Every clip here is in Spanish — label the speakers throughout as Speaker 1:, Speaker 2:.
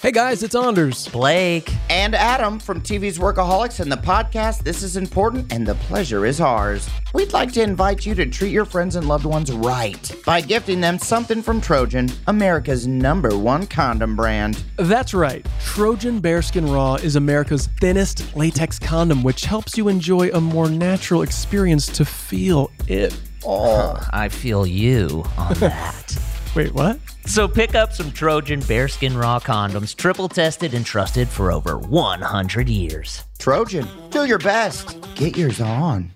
Speaker 1: Hey guys, it's Anders.
Speaker 2: Blake.
Speaker 3: and Adam from TV's Workaholics and the podcast This Is Important and the Pleasure Is Ours. We'd like to invite you to treat your friends and loved ones right by gifting them something from Trojan, America's number one condom brand.
Speaker 1: That's right. Trojan Bearskin Raw is America's thinnest latex condom, which helps you enjoy a more natural experience to feel it.
Speaker 2: I feel you on that.
Speaker 1: Wait, what?
Speaker 2: so pick up some Trojan Bearskin Raw condoms, triple tested and trusted for over 100 years.
Speaker 3: Trojan, do your best. Get yours on.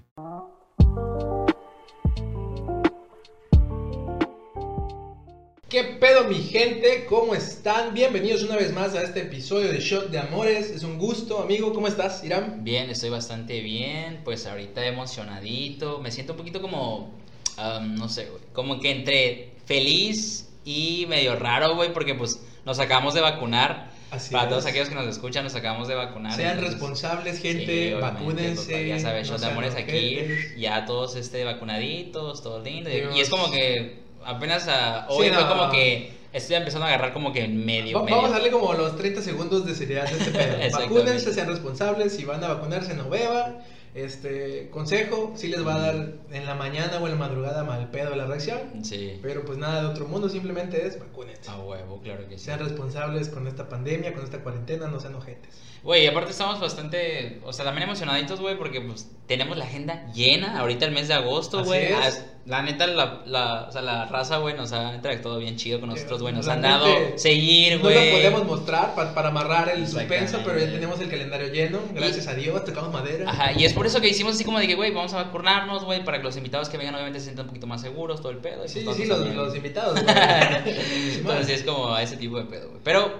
Speaker 4: ¿Qué pedo mi gente? ¿Cómo están? Bienvenidos una vez más a este episodio de Shot de Amores. Es un gusto, amigo. ¿Cómo estás, Irán?
Speaker 5: Bien, estoy bastante bien, pues ahorita emocionadito, me siento un poquito como, am, no sé, güey, como que entre feliz y medio raro, güey, porque pues nos acabamos de vacunar.
Speaker 4: Así
Speaker 5: Para
Speaker 4: es.
Speaker 5: todos aquellos que nos escuchan, nos acabamos de vacunar.
Speaker 4: Sean
Speaker 5: entonces-
Speaker 4: responsables,
Speaker 5: pues, Sí,
Speaker 4: gente.
Speaker 5: obviamente,
Speaker 4: Vacúnense.
Speaker 5: total, Ya sabes,
Speaker 4: no
Speaker 5: Shot de
Speaker 4: sean
Speaker 5: Amores aquí,
Speaker 4: ojetes.
Speaker 5: ya todos este, vacunaditos, todo lindo. y-
Speaker 4: Dios.
Speaker 5: Y es como que apenas ah, hoy
Speaker 4: Sí,
Speaker 5: fue
Speaker 4: no.
Speaker 5: como que estoy empezando a agarrar como que en medio,
Speaker 4: Va-
Speaker 5: medio.
Speaker 4: vamos a darle como los 30 segundos de seriedad de este pedo.
Speaker 5: Exactamente.
Speaker 4: Vacúnense, sean responsables. Si van a vacunarse, no beban. Este consejo, sí les va a dar en la mañana o en la madrugada mal pedo la reacción.
Speaker 5: Sí,
Speaker 4: Pero pues nada de otro mundo, simplemente es vacúnense.
Speaker 5: a huevo, claro que sí.
Speaker 4: Sean responsables con esta pandemia, con esta cuarentena, no sean ojetes.
Speaker 5: Güey, aparte estamos bastante, o sea, también emocionaditos, güey, porque pues tenemos la agenda llena ahorita el mes de agosto,
Speaker 4: Así
Speaker 5: güey.
Speaker 4: es.
Speaker 5: As- La neta, la, la, o sea, la raza, güey, nos ha interactuado bien chido con nosotros, güey. Nos han dado
Speaker 4: Realmente,
Speaker 5: seguir,
Speaker 4: No
Speaker 5: güey.
Speaker 4: lo podemos mostrar pa- para amarrar el
Speaker 5: Exactamente.
Speaker 4: suspenso, pero ya tenemos el calendario lleno. Gracias a Dios, tocamos madera.
Speaker 5: Ajá, y es por eso que hicimos así como de que, güey, vamos a vacunarnos, güey, para que los invitados que vengan obviamente se sientan un poquito más seguros, todo el pedo. y
Speaker 4: Sí,
Speaker 5: pues,
Speaker 4: sí,
Speaker 5: todos
Speaker 4: los,
Speaker 5: también.
Speaker 4: los invitados. güey.
Speaker 5: Entonces es como ese tipo de pedo, güey. Pero,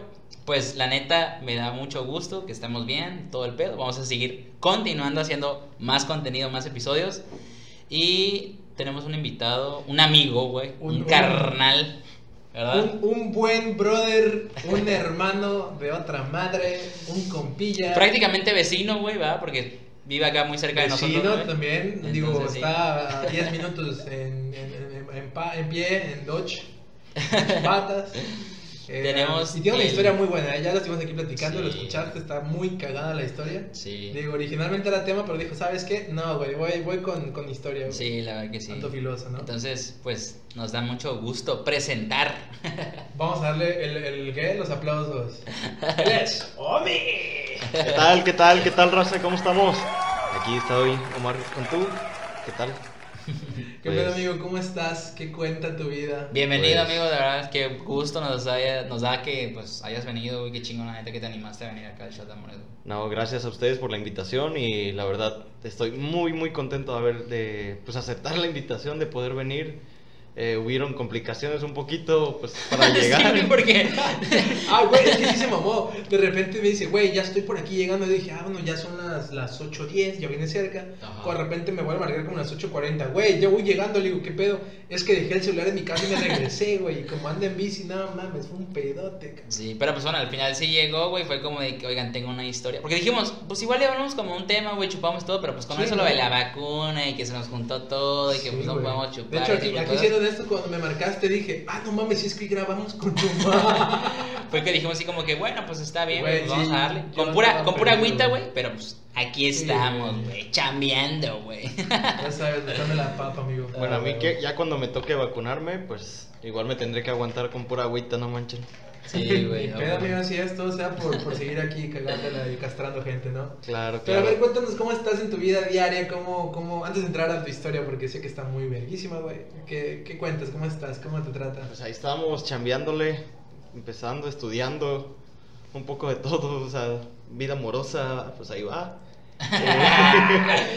Speaker 5: pues la neta, me da mucho gusto que estamos bien, todo el pedo. Vamos a seguir continuando haciendo más contenido, más episodios. Y tenemos un invitado, un amigo, güey,
Speaker 4: Un-
Speaker 5: un,
Speaker 4: un-
Speaker 5: carnal, ¿verdad?
Speaker 4: Un, un buen brother, un hermano de otra madre, un compilla.
Speaker 5: Prácticamente vecino, güey, ¿verdad? Porque vive acá muy cerca de
Speaker 4: vecino
Speaker 5: nosotros. güey.
Speaker 4: también. Digo,
Speaker 5: Entonces, sí.
Speaker 4: está a 10 minutos en, en, en- en pa- en pie, en Dodge, en patas. Eh,
Speaker 5: Tenemos
Speaker 4: y tiene una
Speaker 5: el-
Speaker 4: historia muy buena, ¿eh? ya la estuvimos aquí platicando, lo
Speaker 5: Sí.
Speaker 4: escuchaste, está muy cagada la historia.
Speaker 5: Sí.
Speaker 4: Digo, originalmente era tema, pero dijo, ¿sabes qué? No, güey, voy, voy con, con historia, güey.
Speaker 5: Sí, la verdad que sí.
Speaker 4: Tanto filoso, ¿no?
Speaker 5: Entonces, pues nos da mucho gusto presentar.
Speaker 4: Vamos a darle el, el ¿qué? los aplausos. Let's Omi.
Speaker 6: ¿Qué tal? ¿Qué tal? ¿Qué tal, raza? ¿Cómo estamos? Aquí estoy, Omar con tú. ¿Qué tal?
Speaker 4: ¿Qué
Speaker 6: Pues-
Speaker 4: pedo, amigo? ¿Cómo estás? ¿Qué cuenta tu vida?
Speaker 5: Bienvenido,
Speaker 6: Pues-
Speaker 5: amigo, de verdad, qué gusto nos, haya- nos da que pues hayas venido, güey, qué chingón, la neta, que te animaste a venir acá al Shot de Amores, güey.
Speaker 6: No, gracias a ustedes por la invitación y la verdad estoy muy, muy contento de haber, de, pues, aceptar la invitación de poder venir. Eh, hubieron complicaciones un poquito, pues, para
Speaker 5: Sí,
Speaker 6: llegar.
Speaker 5: güey, porque
Speaker 4: Ah, güey, es que sí se mamó. De repente me dice, güey, ya estoy por aquí llegando. Y dije, ah, bueno, ya son las, las 8.10, ya viene cerca.
Speaker 5: Ajá.
Speaker 4: O De repente me vuelve a marcar como las 8.40. Güey, ya voy llegando. Le digo, ¿qué pedo? Es que dejé el celular en mi casa y me regresé, güey. Y como anda en bici, no mames, fue un pedote. cabrón.
Speaker 5: Sí, pero pues bueno, al final sí llegó, güey, fue como de que, oigan, tengo una historia. Porque dijimos, pues igual le hablamos como un tema, güey, chupamos todo, pero pues con
Speaker 4: Sí,
Speaker 5: eso lo de
Speaker 4: ¿no?
Speaker 5: la vacuna y que se nos juntó todo y que
Speaker 4: Sí,
Speaker 5: pues no
Speaker 4: güey.
Speaker 5: podemos chupar.
Speaker 4: De hecho,
Speaker 5: y
Speaker 4: aquí,
Speaker 5: tipo de
Speaker 4: aquí
Speaker 5: cosas.
Speaker 4: siendo esto, cuando me marcaste, dije, ah, no mames, si es que grabamos con tu mamá.
Speaker 5: Fue que dijimos así como que, bueno, pues está bien,
Speaker 4: Güey,
Speaker 5: pues, vamos
Speaker 4: sí,
Speaker 5: a darle.
Speaker 4: yo
Speaker 5: Con pura,
Speaker 4: estaba
Speaker 5: con pura
Speaker 4: perdido,
Speaker 5: agüita,
Speaker 4: güey.
Speaker 5: güey, pero pues aquí
Speaker 4: Sí,
Speaker 5: estamos,
Speaker 4: güey.
Speaker 5: güey, chambeando, güey.
Speaker 4: ya sabes, dame la papa, amigo.
Speaker 5: Ah,
Speaker 6: Ah, Bueno, a mí que ya cuando me toque vacunarme, pues igual me tendré que aguantar con pura agüita, no manchen.
Speaker 5: Sí, güey.
Speaker 4: Ni
Speaker 5: a
Speaker 4: pedo,
Speaker 5: huevo.
Speaker 4: amigo, si esto, o sea, por, por seguir aquí cagándola y castrando gente, ¿no?
Speaker 6: Claro,
Speaker 4: Pero a ver,
Speaker 6: claro.
Speaker 4: cuéntanos cómo estás en tu vida diaria, cómo, cómo, antes de entrar a tu historia, porque sé que está muy verguísima, güey. ¿Qué, ¿Qué cuentas? ¿Cómo estás? ¿Cómo te trata?
Speaker 6: Pues ahí estábamos chambeándole, empezando, estudiando, un poco de todo, o sea, vida amorosa, pues ahí va. Eh,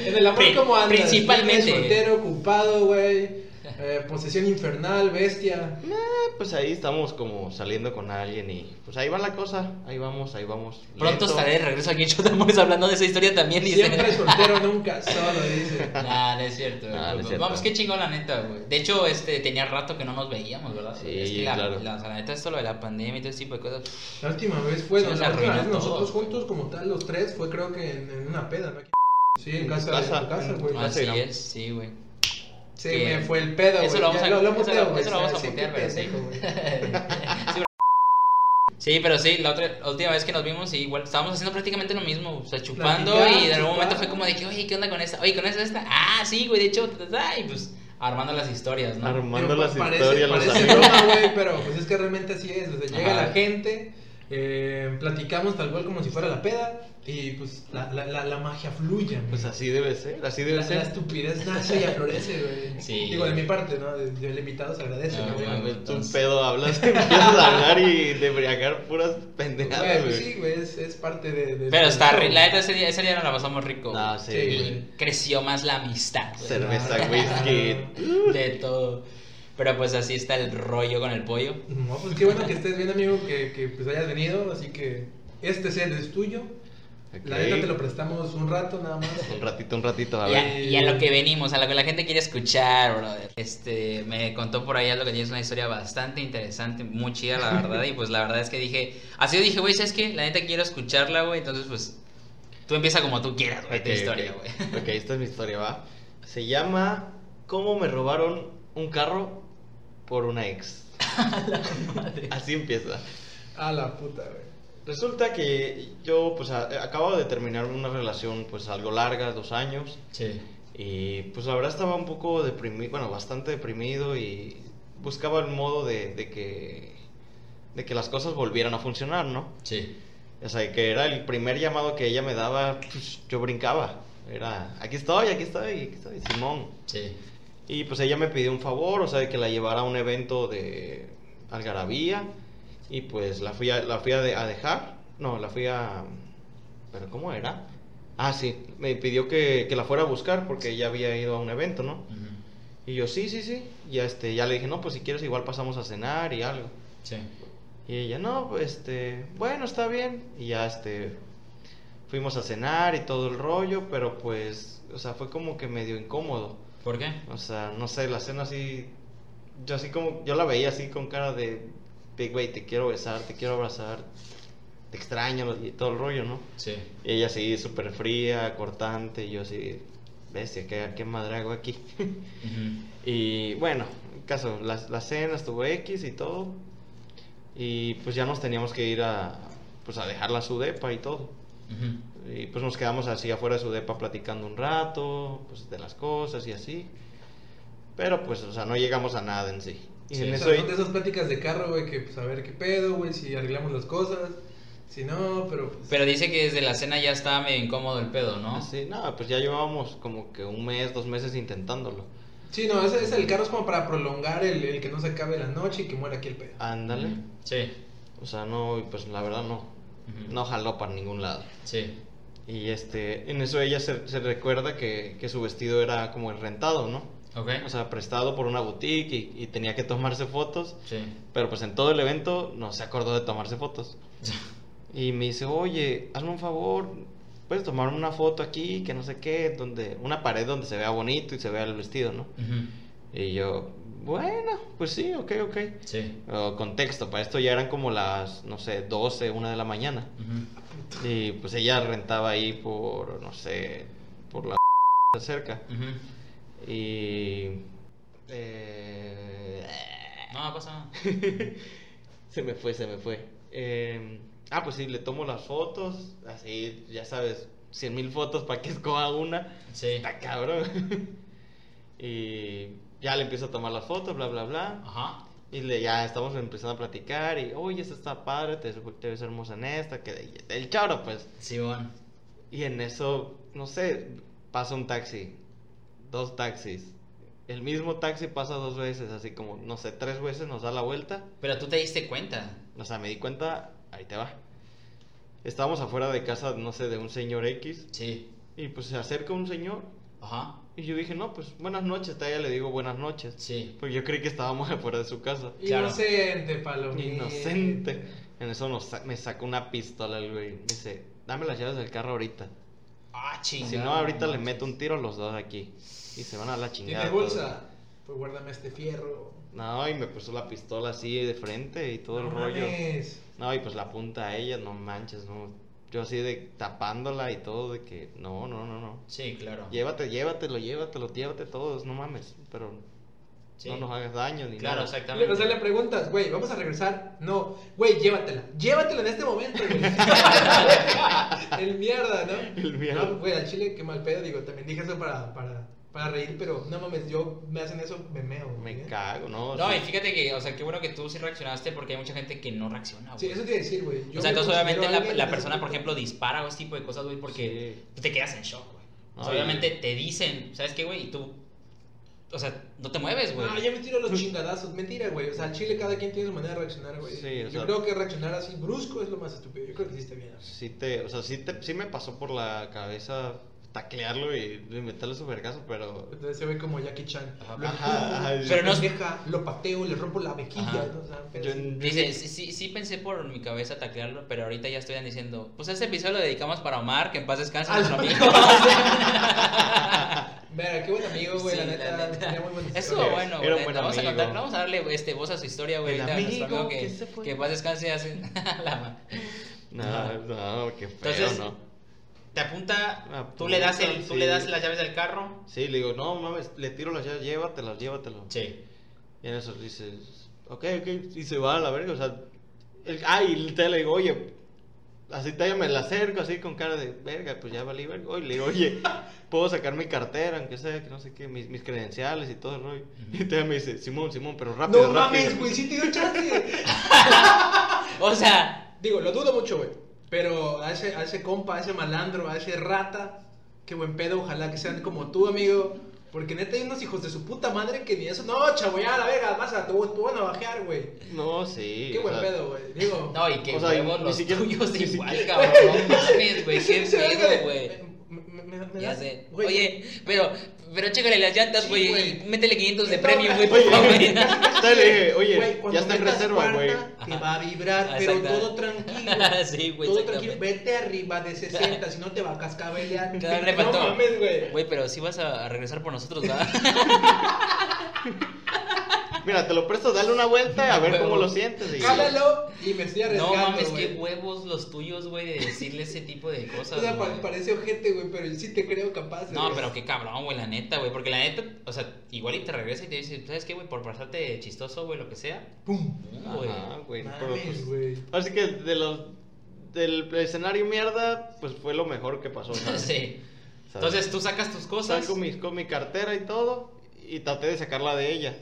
Speaker 4: En el amor,
Speaker 5: Pri-
Speaker 4: ¿cómo andas?
Speaker 5: principalmente.
Speaker 4: Libre, soltero, ocupado, güey. Eh, posesión infernal, bestia.
Speaker 6: Eh, pues ahí estamos como saliendo con alguien y pues ahí va la cosa, ahí vamos, ahí vamos.
Speaker 5: Pronto
Speaker 6: Lento.
Speaker 5: estaré de regreso aquí en Chotamores hablando de esa historia también. dice.
Speaker 4: Siempre soltero, nunca solo, dice.
Speaker 5: Nah, no es cierto.
Speaker 6: Nah, no es cierto.
Speaker 5: Vamos, qué chingón la neta, güey. De hecho, este, tenía rato que no nos veíamos, ¿verdad?
Speaker 6: Sí,
Speaker 5: Es que la,
Speaker 6: claro.
Speaker 5: la- o sea, la neta, esto lo de la pandemia y todo ese tipo de cosas.
Speaker 4: La última vez fue,
Speaker 5: Se nos
Speaker 4: la última
Speaker 5: arruinó
Speaker 4: vez nosotros
Speaker 5: todo.
Speaker 4: juntos, como tal, los tres, fue creo que en, en una peda, ¿no? Aquí. Sí, en
Speaker 6: En
Speaker 4: casa,
Speaker 6: tu
Speaker 4: de
Speaker 6: casa,
Speaker 4: tu casa,
Speaker 6: en tu
Speaker 4: güey.
Speaker 6: casa.
Speaker 5: Así
Speaker 6: digamos.
Speaker 5: es, Ah, sí, güey.
Speaker 4: Se
Speaker 5: Que-
Speaker 4: me fue el pedo,
Speaker 5: Eso
Speaker 4: güey.
Speaker 5: lo vamos
Speaker 4: Ya
Speaker 5: a
Speaker 4: lo muteo,
Speaker 5: eso lo-
Speaker 4: güey.
Speaker 5: eso lo vamos a
Speaker 4: Sí, qué
Speaker 5: mutear, pero sí.
Speaker 4: pendejo, güey.
Speaker 5: Sí, Sí, pero sí, la otra la última vez que nos vimos, sí, igual estábamos haciendo prácticamente lo mismo, o sea, chupando
Speaker 4: Platicar,
Speaker 5: y de algún
Speaker 4: chupar.
Speaker 5: momento fue como de que, oye, ¿qué onda con esta? Oye, ¿con esa esta? Ah, sí, güey, de hecho, ta, ta, ta, y pues armando las historias, ¿no?
Speaker 6: Armando
Speaker 4: Pero
Speaker 6: las
Speaker 4: pa- parece-
Speaker 6: historias, los
Speaker 4: parece
Speaker 6: amigos.
Speaker 4: broma, güey, pero pues es que realmente así es. O sea, llega
Speaker 5: Ajá.
Speaker 4: la gente, eh, platicamos tal cual como si fuera la peda y pues la, la, la, la magia fluye.
Speaker 6: Pues así debe ser, así
Speaker 4: la,
Speaker 6: debe
Speaker 4: la
Speaker 6: ser.
Speaker 4: estupidez nace y aflorece, güey.
Speaker 5: Sí.
Speaker 4: Digo, de mi parte, ¿no? De- Del invitado se agradece,
Speaker 5: No,
Speaker 4: güey.
Speaker 5: mames,
Speaker 4: Güey,
Speaker 6: Es un
Speaker 5: entonces-
Speaker 6: pedo, hablas, empiezas a hablar y de embriagar puras pendejadas,
Speaker 4: pues
Speaker 6: güey.
Speaker 4: sí, güey, es, es parte de. de-
Speaker 5: Pero
Speaker 4: del
Speaker 5: está,
Speaker 4: show.
Speaker 5: ri- la neta, ese día, ese día nos la pasamos rico.
Speaker 4: Sí,
Speaker 6: No, Ah, sí.
Speaker 4: güey.
Speaker 5: Y creció más la amistad. güey.
Speaker 6: Cerveza,
Speaker 4: Claro.
Speaker 6: whisky.
Speaker 5: De todo. Pero pues así está el rollo con el pollo.
Speaker 4: No, pues qué bueno que estés bien, amigo, que, que pues hayas venido. Así que este set es tuyo. La neta
Speaker 6: Ok.
Speaker 4: te lo prestamos un rato nada más.
Speaker 6: Un ratito, un ratito, a
Speaker 5: Y
Speaker 6: ver.
Speaker 5: a, y a lo que venimos, a lo que la gente quiere escuchar, brother. Este, me contó por ahí algo que tienes una historia bastante interesante, muy chida, la verdad. Y pues la verdad es que dije, así yo dije, güey, ¿sabes qué? La neta quiero escucharla, güey. Entonces, pues, tú empieza como tú quieras, güey, tu
Speaker 6: Ok,
Speaker 5: historia,
Speaker 6: ok.
Speaker 5: güey.
Speaker 6: Ok, esta es mi historia, va. Se llama ¿Cómo me robaron un carro por una ex? Así empieza.
Speaker 4: A la puta, güey.
Speaker 6: Resulta que yo pues a- acabo de terminar una relación pues algo larga, dos años,
Speaker 5: Sí.
Speaker 6: y pues la verdad estaba un poco deprimido, bueno, bastante deprimido y buscaba el modo de, de que de que las cosas volvieran a funcionar, ¿no?
Speaker 5: Sí.
Speaker 6: O sea, que era el primer llamado que ella me daba, pues, yo brincaba. Era, aquí estoy, aquí estoy, aquí estoy, Simón.
Speaker 5: Sí.
Speaker 6: Y pues ella me pidió un favor, o sea, de que la llevara a un evento de Algarabía. Y pues la fui a, la fui a, de- a dejar. No, la fui a... ¿Pero cómo era? Ah, sí, me pidió que, que la fuera a buscar porque ella había ido a un evento, ¿no? Y yo, sí, sí, sí. Y ya, este, ya le dije, no, pues si quieres igual pasamos a cenar y algo.
Speaker 5: Sí.
Speaker 6: Y ella, no, pues, este, bueno, está bien. Y ya, este, fuimos a cenar y todo el rollo, pero pues, o sea, fue como que medio incómodo.
Speaker 5: ¿Por qué?
Speaker 6: O sea, no sé, la cena así, yo así como, yo la veía así con cara de, big güey, te quiero besar, te quiero abrazar, te extraño y todo el rollo, ¿no?
Speaker 5: Sí.
Speaker 6: Y ella así, súper fría, cortante, y yo así, bestia, ¿qué, qué madre hago aquí? Y bueno, en caso, la, la cena estuvo X y todo. Y pues ya nos teníamos que ir a, pues a dejarla a su depa y todo. Y pues nos quedamos así afuera de su depa platicando un rato, pues de las cosas y así. Pero pues, o sea, no llegamos a nada en sí. Y
Speaker 5: Sí,
Speaker 6: en
Speaker 4: O
Speaker 6: eso
Speaker 4: sea, son de esas pláticas de carro, güey, que pues a ver qué pedo, güey, si arreglamos las cosas, si no, pero pues...
Speaker 5: Pero dice que desde la cena ya estaba medio incómodo el pedo, ¿no?
Speaker 6: así, no, pues ya llevábamos como que un mes, dos meses intentándolo.
Speaker 4: Sí, no, ese, ese- el carro es como para prolongar el, el que no se acabe la noche y que muera aquí el
Speaker 6: Ah,
Speaker 4: pedo.
Speaker 6: Ándale.
Speaker 5: Sí.
Speaker 6: O sea, no, y, pues la verdad no.
Speaker 5: Ujú.
Speaker 6: No jaló para ningún lado.
Speaker 5: Sí.
Speaker 6: Y este, en eso ella se, se recuerda que, que su vestido era como rentado, ¿no?
Speaker 5: Ok.
Speaker 6: O sea, prestado por una boutique y, y tenía que tomarse fotos,
Speaker 5: Sí.
Speaker 6: pero pues en todo el evento no se acordó de tomarse fotos. Y me dice, oye, hazme un favor, puedes tomarme una foto aquí, que no sé qué, donde, una pared donde se vea bonito y se vea el vestido, ¿no?
Speaker 5: Ujú.
Speaker 6: Y yo, bueno, pues sí, ok, ok.
Speaker 5: Sí.
Speaker 6: Pero contexto, para esto ya eran como las, no sé, 12, 1 de la mañana.
Speaker 5: Ujú.
Speaker 6: Y pues ella rentaba ahí por, no sé, por la cerca.
Speaker 5: Ujú.
Speaker 6: Y. eh,
Speaker 5: No, no pasa nada.
Speaker 6: se me fue, se me fue. Eh, ah, pues sí, le tomo las fotos. Así, ya sabes, 100 mil fotos para que escoja una.
Speaker 5: Sí.
Speaker 6: Está cabrón. y ya le empiezo a tomar las fotos, bla, bla, bla.
Speaker 5: Ajá.
Speaker 6: Y le, ya estamos empezando a platicar. Y, oye, esta está padre, te, te ves hermosa en esta. Que, el choro, pues.
Speaker 5: Simón.
Speaker 6: Y en eso, no sé, pasa un taxi, dos taxis. El mismo taxi pasa dos veces, así como, no sé, tres veces nos da la vuelta.
Speaker 5: Pero tú te diste cuenta.
Speaker 6: O sea, me di cuenta, ahí te va. Estábamos afuera de casa, no sé, de un señor X.
Speaker 5: Sí.
Speaker 6: Y pues se acerca un señor.
Speaker 5: Ajá.
Speaker 6: Y yo dije, no, pues buenas noches. A ella le digo buenas noches.
Speaker 5: Sí.
Speaker 6: Pues yo creí que estábamos afuera de su casa.
Speaker 5: Claro.
Speaker 4: Inocente, palomita.
Speaker 6: Inocente. En eso nos sa- me sacó una pistola el güey. Me dice, dame las llaves del carro ahorita.
Speaker 5: Ah, chingada.
Speaker 6: Si no, ahorita le meto un tiro a los dos aquí. Y se van a la chingada.
Speaker 4: ¿Tiene
Speaker 6: todos.
Speaker 4: bolsa? Pues guárdame este fierro.
Speaker 6: No, y me puso la pistola así de frente y todo el
Speaker 4: No
Speaker 6: rollo.
Speaker 4: mames.
Speaker 6: No, y pues la punta a ella, no manches, no. Yo así de tapándola y todo, de que no, no, no, no.
Speaker 5: Sí, claro.
Speaker 6: Llévate, llévatelo, llévatelo, llévate todos, no mames. Pero
Speaker 5: Sí.
Speaker 6: No nos hagas daño ni
Speaker 5: Claro,
Speaker 6: nada.
Speaker 5: exactamente.
Speaker 4: O sea, le preguntas, güey, ¿vamos a regresar? No, güey, llévatela. Llévatela en este momento, güey. El mierda, ¿no?
Speaker 6: El mierda.
Speaker 4: No, güey, al chile, qué mal pedo. Digo, también dije eso para, para, para reír, pero no mames, yo me hacen eso, me meo.
Speaker 6: Me
Speaker 4: güey. ¿eh?
Speaker 6: cago, no.
Speaker 5: No,
Speaker 6: sí.
Speaker 5: y fíjate que, o sea, qué bueno que tú sí reaccionaste porque hay mucha gente que no reacciona, güey.
Speaker 4: Sí, eso te iba a decir, güey. Yo
Speaker 5: o sea,
Speaker 4: me
Speaker 5: entonces
Speaker 4: considero
Speaker 5: obviamente la,
Speaker 4: alguien
Speaker 5: la
Speaker 4: en ese
Speaker 5: persona, por
Speaker 4: punto.
Speaker 5: ejemplo, dispara o este tipo de cosas, güey, porque tú te quedas en shock, güey. O sea,
Speaker 6: Ay.
Speaker 5: obviamente te dicen, ¿sabes qué, güey? Y tú, o sea, no te mueves, güey.
Speaker 4: Ah, ya me tiro los chingadazos. Mentira, güey. O sea, al chile cada quien tiene su manera de reaccionar, güey.
Speaker 6: Sí, o
Speaker 4: yo
Speaker 6: sea-
Speaker 4: creo que reaccionar así brusco es lo más estúpido. Yo creo que hiciste bien. güey.
Speaker 6: Sí, te, o sea, sí, te, sí me pasó por la cabeza taclearlo y y meterle su vergazo, pero.
Speaker 4: Entonces se ve como Jackie Chan.
Speaker 5: Ajá.
Speaker 4: Lo
Speaker 6: Ajá, ajá.
Speaker 4: empujo,
Speaker 5: Pero no-
Speaker 4: lo deja, lo pateo, le rompo la
Speaker 5: Ajá.
Speaker 4: mejilla. ¿no? O sea, pero
Speaker 6: Yo,
Speaker 4: sí.
Speaker 5: Dice, sí, sí, sí pensé por mi cabeza taclearlo, pero ahorita ya estoy diciendo, pues este episodio lo dedicamos para Omar, que en paz descanse
Speaker 4: Ah,
Speaker 5: nuestro
Speaker 4: no.
Speaker 5: amigo.
Speaker 4: Verga, qué buen amigo, güey.
Speaker 5: Sí,
Speaker 4: la neta,
Speaker 5: la neta.
Speaker 4: tenía muy buenas
Speaker 5: Estuvo
Speaker 4: historias.
Speaker 5: bueno,
Speaker 6: Era
Speaker 5: güey.
Speaker 6: un buen
Speaker 5: Vamos a
Speaker 6: amigo.
Speaker 5: contar, vamos a darle este, voz a su historia, güey.
Speaker 6: El
Speaker 5: ahorita a nuestro
Speaker 6: amigo
Speaker 5: amigo
Speaker 6: que se
Speaker 5: que,
Speaker 6: fue.
Speaker 5: que en paz descanse hace la-
Speaker 6: No, no, qué feo,
Speaker 5: Entonces-
Speaker 6: ¿no?
Speaker 5: Te apunta,
Speaker 6: Ah,
Speaker 5: tú le das el,
Speaker 6: puta,
Speaker 5: tú le das
Speaker 6: sí.
Speaker 5: las llaves del carro.
Speaker 6: Sí, le digo, no mames, le tiro las llaves, llévatelas, llévatelas.
Speaker 5: Sí.
Speaker 6: Y en eso dices, ok, ok, y se va a la verga, o sea. El, ah, y te le digo, oye, así todavía me la acerco, así con cara de verga, pues ya valí verga. Oye, le digo, oye, puedo sacar mi cartera, aunque sea, que no sé qué, mis, mis credenciales y todo el rollo. Y todavía me dice, Simón, Simón, pero rápido,
Speaker 4: No
Speaker 6: rápido.
Speaker 4: mames, güey, sí te dio chance.
Speaker 5: O sea,
Speaker 4: Digo, lo dudo mucho, güey. Pero a ese, a ese compa, a ese malandro, a ese rata, qué buen pedo, ojalá que sean como tú, amigo. Porque neta hay unos hijos de su puta madre que ni eso. No, chavo, ya la verga, vas a, te, te van a bajear, güey.
Speaker 6: No, sí.
Speaker 4: Qué
Speaker 6: o
Speaker 4: buen
Speaker 6: sea,
Speaker 4: pedo, güey. Digo,
Speaker 5: no, y que
Speaker 6: O sea,
Speaker 5: huevos
Speaker 6: ni
Speaker 5: los
Speaker 6: siquiera-
Speaker 5: tuyos
Speaker 6: ni
Speaker 5: igual,
Speaker 6: siquiera-
Speaker 5: cabrón. No mames, güey, qué
Speaker 4: se verga de-
Speaker 5: pedo, güey.
Speaker 4: me- me- me
Speaker 5: Ya
Speaker 4: das-
Speaker 5: sé.
Speaker 4: güey,
Speaker 5: Oye, pero, pero chécale las llantas,
Speaker 4: Sí,
Speaker 5: güey,
Speaker 4: güey.
Speaker 5: y métele 500 de
Speaker 4: No,
Speaker 5: premium, güey, por
Speaker 6: Oye,
Speaker 5: favor.
Speaker 6: todavía le dije,
Speaker 4: Güey,
Speaker 6: oye,
Speaker 4: cuando
Speaker 6: ya está en
Speaker 4: metas
Speaker 6: reserva, güey.
Speaker 4: cuarta, Te va a vibrar,
Speaker 5: Ah,
Speaker 4: pero
Speaker 5: exacta-
Speaker 4: todo tranquilo.
Speaker 5: Sí, güey,
Speaker 4: Todo tranquilo.
Speaker 5: exactamente.
Speaker 4: Vete arriba de 60, si no te va a cascabelear.
Speaker 5: Claro, le faltó.
Speaker 4: No mames, güey.
Speaker 5: Güey, pero sí vas a a regresar por nosotros, ¿verdad?
Speaker 6: Mira, te lo presto, dale una vuelta a ver
Speaker 5: Huevo.
Speaker 6: cómo lo sientes. Y...
Speaker 4: Cálalo y me estoy
Speaker 5: No
Speaker 4: arriesgando.
Speaker 5: mames,
Speaker 4: güey.
Speaker 5: qué huevos los tuyos, güey, de decirle ese tipo de cosas,
Speaker 4: O sea, pa-
Speaker 5: güey.
Speaker 4: parece ojete, güey, pero sí te creo capaz.
Speaker 5: No,
Speaker 4: güey.
Speaker 5: pero qué cabrón, güey, la neta, güey. Porque la neta, o sea, igual y te regresa y te dice, ¿sabes qué, güey? Por pasarte chistoso, güey, lo que sea.
Speaker 4: ¡Pum!
Speaker 5: No, güey.
Speaker 6: Ajá, güey. pero,
Speaker 4: Mames,
Speaker 6: pues,
Speaker 4: güey.
Speaker 6: Así que de los del escenario mierda, pues fue lo mejor que pasó. ¿sabes?
Speaker 5: Sí.
Speaker 6: O sea,
Speaker 5: Entonces tú sacas tus cosas.
Speaker 6: salgo mis- con mi cartera y todo y traté de sacarla de ella,